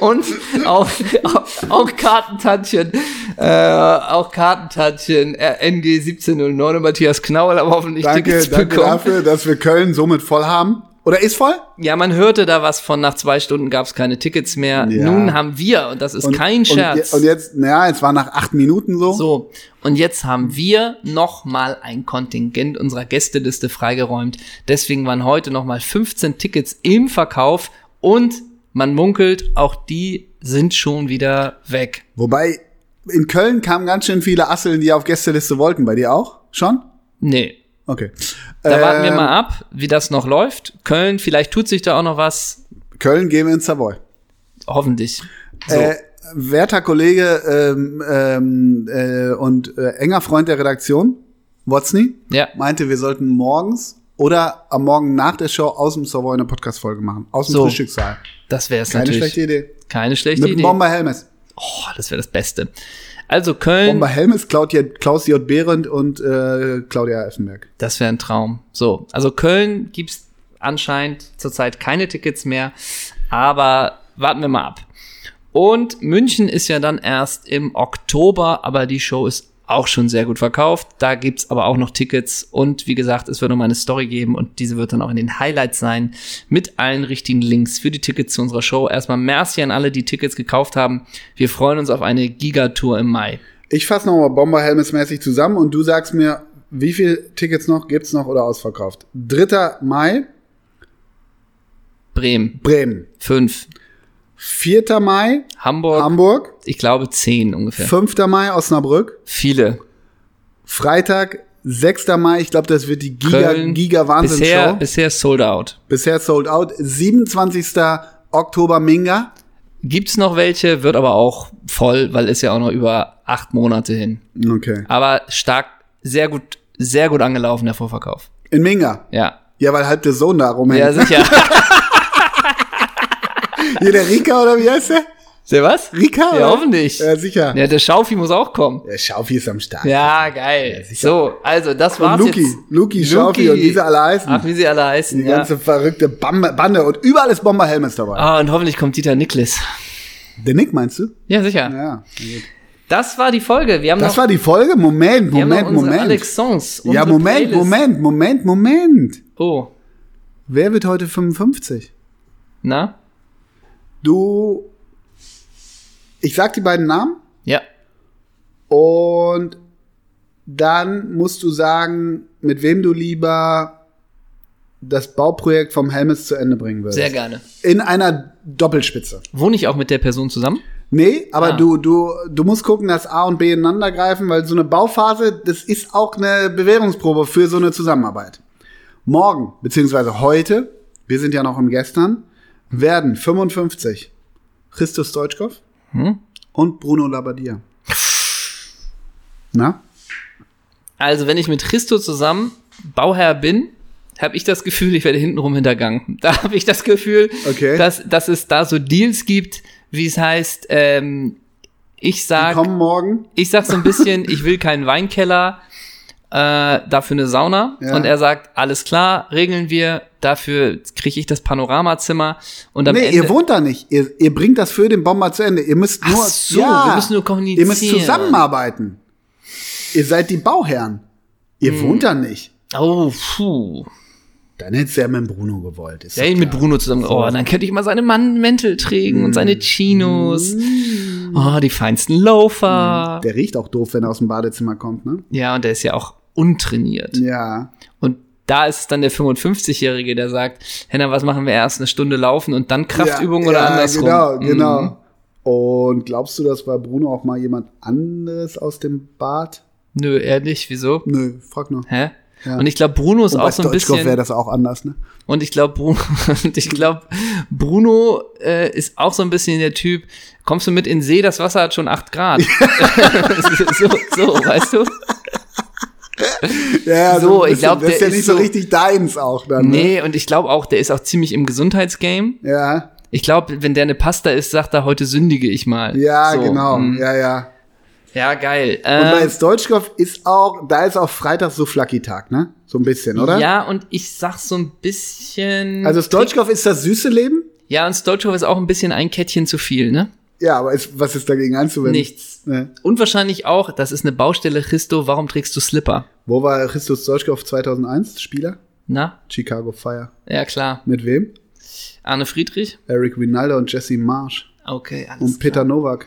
B: und auch, auch, auch Kartentantchen. Äh, auch Kartentantchen. Äh, NG 1709 und Matthias Knaul haben hoffentlich
A: Danke,
B: Tickets
A: danke
B: bekommen.
A: dafür, dass wir Köln somit voll haben. Oder ist voll?
B: Ja, man hörte da was von, nach zwei Stunden gab es keine Tickets mehr.
A: Ja.
B: Nun haben wir, und das ist kein
A: und,
B: Scherz.
A: Und, und jetzt, naja, jetzt war nach acht Minuten so.
B: So, und jetzt haben wir nochmal ein Kontingent unserer Gästeliste freigeräumt. Deswegen waren heute nochmal 15 Tickets im Verkauf und man munkelt, auch die sind schon wieder weg.
A: Wobei, in Köln kamen ganz schön viele Asseln, die auf Gästeliste wollten. Bei dir auch? Schon?
B: Nee.
A: Okay.
B: Da warten wir
A: Ähm,
B: mal ab, wie das noch läuft. Köln, vielleicht tut sich da auch noch was.
A: Köln gehen wir in Savoy.
B: Hoffentlich. So.
A: Äh, werter Kollege ähm, ähm, äh, und äh, enger Freund der Redaktion, Wozni,
B: ja.
A: meinte, wir sollten morgens oder am Morgen nach der Show aus dem Savoy eine Podcast-Folge machen. Aus dem
B: So.
A: Frühstückssaal.
B: Das wäre es
A: Keine
B: natürlich.
A: schlechte Idee.
B: Keine schlechte
A: Mit dem
B: Idee.
A: Bomber Helmes.
B: Oh, das wäre das Beste. Also Köln,
A: Bomber Helmes, Claudia, Klaus J. Behrendt und äh, Claudia Effenberg.
B: Das wäre ein Traum. So, also Köln gibt's anscheinend zurzeit keine Tickets mehr, aber warten wir mal ab. Und München ist ja dann erst im Oktober, aber die Show ist auch schon sehr gut verkauft. Da gibt's aber auch noch Tickets und wie gesagt, es wird nochmal eine Story geben und diese wird dann auch in den Highlights sein mit allen richtigen Links für die Tickets zu unserer Show. Erstmal merci an alle, die Tickets gekauft haben. Wir freuen uns auf eine Gigatour im Mai.
A: Ich fasse nochmal Bomber Helmes mäßig zusammen und du sagst mir, wie viele Tickets noch gibt's noch oder ausverkauft? 3. Mai,
B: Bremen,
A: Bremen.
B: 5.
A: 4. Mai,
B: Hamburg,
A: Hamburg.
B: ich glaube 10 ungefähr.
A: 5. Mai, Osnabrück.
B: Viele.
A: Freitag, 6. Mai, ich glaube, das wird die Giga,
B: Köln.
A: Giga
B: Bisher,
A: Wahnsinn-Show. Bisher,
B: bisher sold out.
A: sold out. 27. Oktober Minga.
B: Gibt's noch welche, wird aber auch voll, weil ist ja auch noch über acht Monate hin.
A: Okay.
B: Aber stark, sehr gut, sehr gut angelaufen, der Vorverkauf.
A: In Minga.
B: Ja.
A: Ja, weil halb der Sohn da rumhängt.
B: Ja, sicher.
A: Jeder Rika oder wie heißt der?
B: Der was?
A: Rika?
B: Ja,
A: oder?
B: hoffentlich.
A: Ja, sicher.
B: Ja, der Schaufi muss auch kommen.
A: Der Schaufi ist am Start.
B: Ja, geil.
A: sicher.
B: so, also das
A: Und
B: war's
A: Luki,
B: jetzt.
A: Luki, Schaufi und wie sie alle heißen.
B: Ach, wie sie alle heißen,
A: Die
B: ja.
A: ganze verrückte Bam Bande und überall ist Bomber Helmets dabei.
B: Ah, und hoffentlich kommt Dieter Niklas.
A: Der Nick meinst du?
B: Ja, sicher.
A: Ja.
B: Das war die Folge. Wir haben
A: Das
B: noch,
A: war die Folge. Moment,
B: wir haben
A: Moment,
B: noch unsere
A: Moment.
B: Alex Songs.
A: ja,
B: unsere
A: Moment,
B: Playlist.
A: Moment, Moment, Moment.
B: Oh,
A: Wer wird heute 55?
B: na?
A: Du. Ich sag die beiden Namen
B: Ja.
A: und dann musst du sagen, mit wem du lieber das Bauprojekt vom Helmets zu Ende bringen würdest.
B: Sehr gerne.
A: In einer Doppelspitze.
B: Wohne ich auch mit der Person zusammen?
A: Nee, aber
B: Ah.
A: du, du, du musst gucken, dass A und B ineinander greifen, weil so eine Bauphase, das ist auch eine Bewährungsprobe für so eine Zusammenarbeit. Morgen, beziehungsweise heute, wir sind ja noch im Gestern, werden 55 Christus Deutschkow
B: Hm?
A: und Bruno Labbadia. Na?
B: Also, wenn ich mit Christo zusammen Bauherr bin, habe ich das Gefühl, ich werde hintenrum hintergangen. Da habe ich das Gefühl,
A: Okay.
B: dass, dass es da so Deals gibt, wie es heißt, ähm, ich
A: Die
B: sag,
A: kommen morgen.
B: ich sag so ein bisschen, ich will keinen Weinkeller, äh, dafür eine Sauna.
A: Ja.
B: Und er sagt, alles klar, regeln wir, dafür kriege ich das Panoramazimmer. Und am
A: Nee,
B: Ende,
A: ihr wohnt da nicht. Ihr, ihr bringt das für den Bomber zu Ende. Ihr müsst
B: Ach
A: nur,
B: so, wir müssen nur kommunizieren.
A: Ihr müsst zusammenarbeiten. Ihr seid die Bauherren. Ihr
B: Hm.
A: wohnt da nicht.
B: Oh, puh.
A: Dann hättest du ja mit Bruno gewollt. Ist
B: Der
A: doch
B: ihn mit
A: klar.
B: Bruno zusammen. Oh, dann könnte ich mal seine Mann Mäntel trägen und seine Chinos. Oh, die feinsten Loafer.
A: Der riecht auch doof, wenn er aus dem Badezimmer kommt, ne?
B: Ja, und der ist ja auch untrainiert.
A: Ja.
B: Und da ist es dann der 55-Jährige, der sagt, Henna, was machen wir erst eine Stunde laufen und dann Kraftübung
A: ja,
B: oder
A: ja,
B: andersrum?
A: Genau,
B: Mhm.
A: genau. Und glaubst du, das war Bruno auch mal jemand anderes aus dem Bad?
B: Nö, ehrlich, wieso?
A: Nö, frag nur.
B: Hä?
A: Ja.
B: Und ich glaube, Bruno ist
A: Und
B: auch so ein bisschen.
A: wäre das auch anders, ne?
B: Und ich glaube, Bruno, und ich glaub, Bruno äh, ist auch so ein bisschen der Typ, kommst du mit in den See, das Wasser hat schon 8 Grad. so, so, weißt du?
A: Ja,
B: So,
A: ein
B: ich
A: bisschen.
B: glaub,
A: das ist
B: der
A: ja nicht
B: ist
A: so
B: so-
A: richtig deins auch dann. Ne?
B: Nee, und ich glaube auch, der ist auch ziemlich im Gesundheitsgame.
A: Ja,
B: Ich glaube, wenn der eine Pasta ist, sagt er, heute sündige ich mal.
A: ja,
B: So,
A: genau.
B: mm.
A: Ja, ja.
B: Ja, geil.
A: Und
B: Ähm,
A: bei Stolzkopf ist auch, da ist auch Freitag so Flacki-Tag, ne? So ein bisschen, oder?
B: Ja, und ich sag so ein bisschen.
A: Also Stolzkopf ist das süße Leben?
B: ja, und Stolchow ist auch ein bisschen ein Kettchen zu viel, ne?
A: Ja, aber ist, was ist dagegen einzuwenden?
B: Nichts.
A: Ne?
B: Und wahrscheinlich auch, das ist eine Baustelle, Christo, warum trägst du Slipper?
A: Wo war Christus Deutschkopf 2001? Spieler?
B: Na?
A: Chicago Fire.
B: Ja, klar.
A: Mit wem?
B: Arne Friedrich?
A: Eric Rinaldo und Jesse Marsch.
B: Okay, alles
A: Und Peter Novak.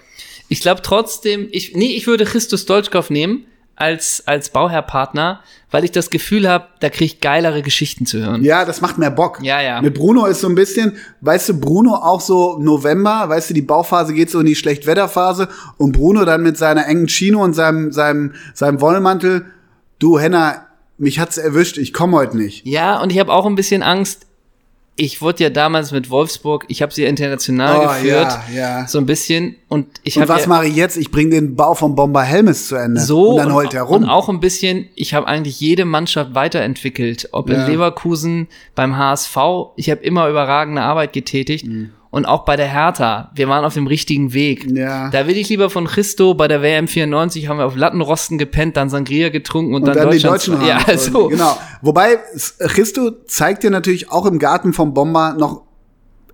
B: Ich glaube trotzdem, ich, nee, ich würde Christus Dolchkov nehmen als, als Bauherrpartner, weil ich das Gefühl habe, da krieg ich geilere Geschichten zu hören.
A: Ja, das macht mehr Bock.
B: Ja, ja.
A: Mit Bruno ist so ein bisschen, weißt du, Bruno auch so November, weißt du, die Bauphase geht so in die Schlechtwetterphase und Bruno dann mit seiner engen Chino und seinem, seinem, seinem Wollmantel. Du, Henna, mich hat's erwischt, ich komme heute nicht.
B: Ja, und ich habe auch ein bisschen Angst. Ich wurde ja damals mit Wolfsburg, ich habe sie international
A: Oh,
B: geführt,
A: ja, ja.
B: so ein bisschen. Und ich
A: Und
B: habe
A: was
B: ja
A: mache ich jetzt? Ich bringe den Bau vom Bomber Helmes zu Ende.
B: so
A: und dann heult er rum.
B: und auch ein bisschen. Ich habe eigentlich jede Mannschaft weiterentwickelt, ob
A: Ja.
B: in Leverkusen, beim HSV. Ich habe immer überragende Arbeit getätigt
A: Mhm.
B: und auch bei der Hertha. Wir waren auf dem richtigen Weg.
A: ja.
B: Da will ich lieber von Christo, bei der WM 94 haben wir auf Lattenrosten gepennt, dann Sangria getrunken und,
A: Und
B: dann,
A: dann die Deutschen
B: Deutschland.
A: haben.
B: ja, also.
A: Genau. Wobei, S- Christo zeigt dir natürlich auch im Garten vom Bomber noch,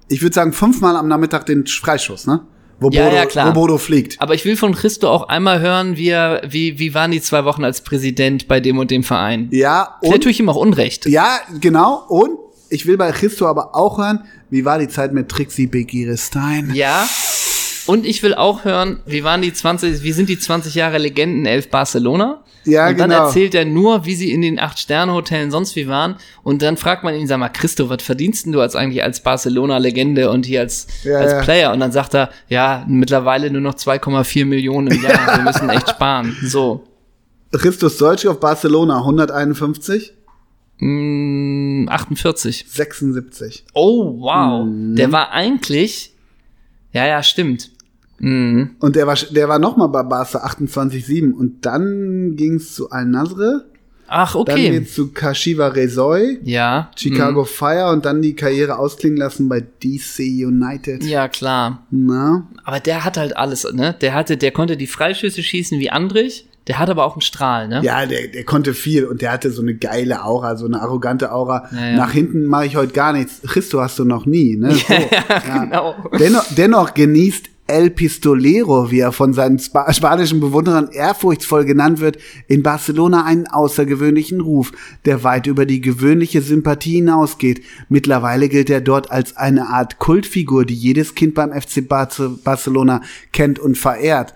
A: ich würde sagen, fünfmal am Nachmittag den Freischuss, ne? Wo,
B: Ja,
A: Bodo,
B: ja, klar.
A: wo Bodo fliegt.
B: Aber ich will von Christo auch einmal hören, wie, er, wie, wie waren die zwei Wochen als Präsident bei dem und dem Verein.
A: Ja,
B: Vielleicht tue
A: und,
B: ich ihm auch Unrecht.
A: ja, genau. Und ich will bei Christo aber auch hören, wie war die Zeit mit Trixie Begire Stein?
B: Ja. Und ich will auch hören, wie waren die 20, wie sind die 20 Jahre Legendenelf Barcelona?
A: Ja,
B: und dann
A: genau.
B: erzählt er nur, wie sie in den Acht-Sterne-Hotellen sonst wie waren. Und dann fragt man ihn, sag mal, Christo, was verdienst denn du als eigentlich als Barcelona-Legende und hier als,
A: Ja,
B: als
A: ja.
B: Player? Und dann sagt er, ja, mittlerweile nur noch 2,4 Millionen im Jahr. Wir müssen echt sparen. So.
A: Christus Deutsch auf Barcelona, 151,
B: Mm, 48.
A: 76.
B: Oh, wow.
A: Mhm.
B: Der war eigentlich. Ja, ja, stimmt. Mhm.
A: Und der war, der war nochmal bei Barca 28,7. Und dann ging's zu Al-Nasr.
B: Ach,
A: Dann
B: okay.
A: geht's zu Kashiwa Resoy,
B: Ja.
A: Chicago Fire und dann die Karriere ausklingen lassen bei DC United.
B: Mhm. Ja, klar.
A: Na?
B: Aber der hat halt alles, ne? Der hatte, der konnte die Freischüsse schießen wie Andrich, der hat aber auch einen Strahl, ne?
A: Ja, der, der konnte viel und der hatte so eine geile Aura, so eine arrogante Aura.
B: Ja, ja.
A: Nach hinten mache ich heute gar nichts. Christo hast du noch nie, ne? So. Ja.
B: genau.
A: Dennoch, dennoch genießt El Pistolero, wie er von seinen Spa spanischen Bewunderern ehrfurchtsvoll genannt wird, in Barcelona einen außergewöhnlichen Ruf, der weit über die gewöhnliche Sympathie hinausgeht. Mittlerweile gilt er dort als eine Art Kultfigur, die jedes Kind beim FC Barce- Barcelona kennt und verehrt.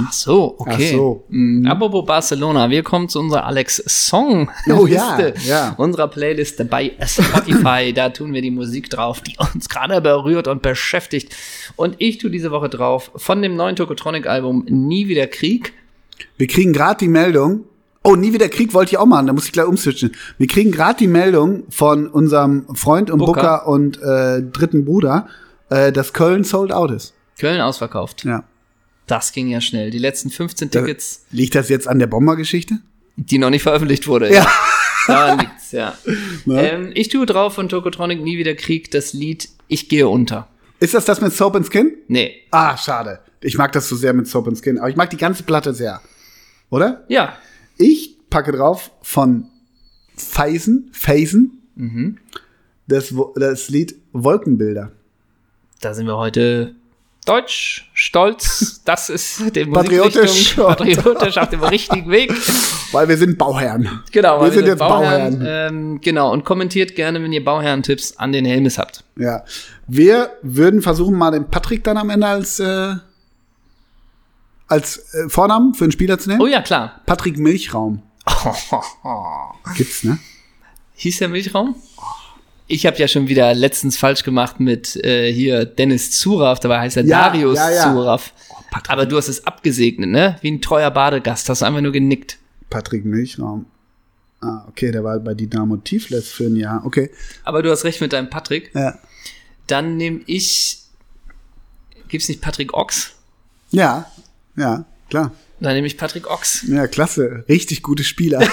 B: Ach so, okay.
A: Ach so.
B: Mhm. Apropos Barcelona, wir kommen zu unserer Alex Song
A: Oh ja, ja.
B: unserer Playliste bei Spotify. da tun wir die Musik drauf, die uns gerade berührt und beschäftigt. Und ich tue diese Woche drauf von dem neuen Tokotronic-Album Nie wieder Krieg.
A: Wir kriegen gerade die Meldung. Oh, nie wieder Krieg wollte ich auch machen, da muss ich gleich umswitchen. Wir kriegen gerade die Meldung von unserem Freund und
B: Booker.
A: Booker, und äh, dritten Bruder, äh, dass Köln sold out ist.
B: Köln ausverkauft.
A: Ja.
B: Das ging ja schnell. Die letzten 15
A: Da-
B: Tickets,
A: Äh, Liegt das jetzt an der Bombergeschichte?
B: die noch nicht veröffentlicht wurde.
A: Ja.
B: Daran liegt's, ja.
A: Ne?
B: Ähm, ich tue drauf von Tokotronic Nie wieder Krieg das Lied Ich gehe unter.
A: Ist das das mit Soap and Skin?
B: Nee.
A: Ah, schade. Ich mag das so sehr mit Soap and Skin, aber ich mag die ganze Platte sehr. Oder?
B: Ja.
A: Ich packe drauf von Feisen, Feisen,
B: Mhm.
A: das, Wo- das Lied Wolkenbilder.
B: Da sind wir heute deutsch, stolz. Das ist dem
A: Patriotisch.
B: Musikrichtung, patriotisch auf dem richtigen Weg.
A: Weil wir sind Bauherren.
B: Genau,
A: wir
B: weil
A: sind jetzt Bauherren.
B: Ähm, genau, und kommentiert gerne, wenn ihr Bauherrentipps an den Helmes habt.
A: Ja. Wir würden versuchen, mal den Patrick dann am Ende als, äh, als äh, Vornamen für einen Spieler zu nehmen.
B: Oh ja, klar.
A: Patrick Milchraum. Gibt's, ne?
B: Hieß der Milchraum? Ich habe ja schon wieder letztens falsch gemacht mit äh, hier Dennis Zuraf, dabei heißt er
A: Ja,
B: Darius
A: ja, Oh, ja.
B: Zuraf. Aber du hast es abgesegnet, ne? Wie ein treuer Badegast, hast du einfach nur genickt.
A: Patrick Milchraum. Ah, okay, der war bei Dynamo Tiflis für ein Jahr. Okay.
B: Aber du hast recht mit deinem Patrick.
A: Ja.
B: Dann nehme ich. Gibt's nicht Patrick Ochs?
A: Ja, ja, klar.
B: Dann nehme ich Patrick Ochs.
A: Ja, klasse. Richtig gute Spieler.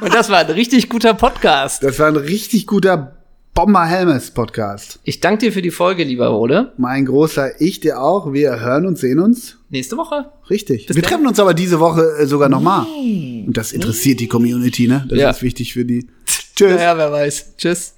B: Und das war ein richtig guter Podcast.
A: Das war ein richtig guter Bomber Helmes Podcast.
B: Ich danke dir für die Folge, lieber Rode.
A: Mein großer Ich dir auch. Wir hören und sehen uns.
B: Nächste Woche.
A: Richtig.
B: Bis
A: Wir
B: dann.
A: treffen uns aber diese Woche äh, sogar nochmal. Und das interessiert die Community, ne? Das
B: Ja.
A: ist wichtig für die. Tschüss.
B: Naja, wer weiß. Tschüss.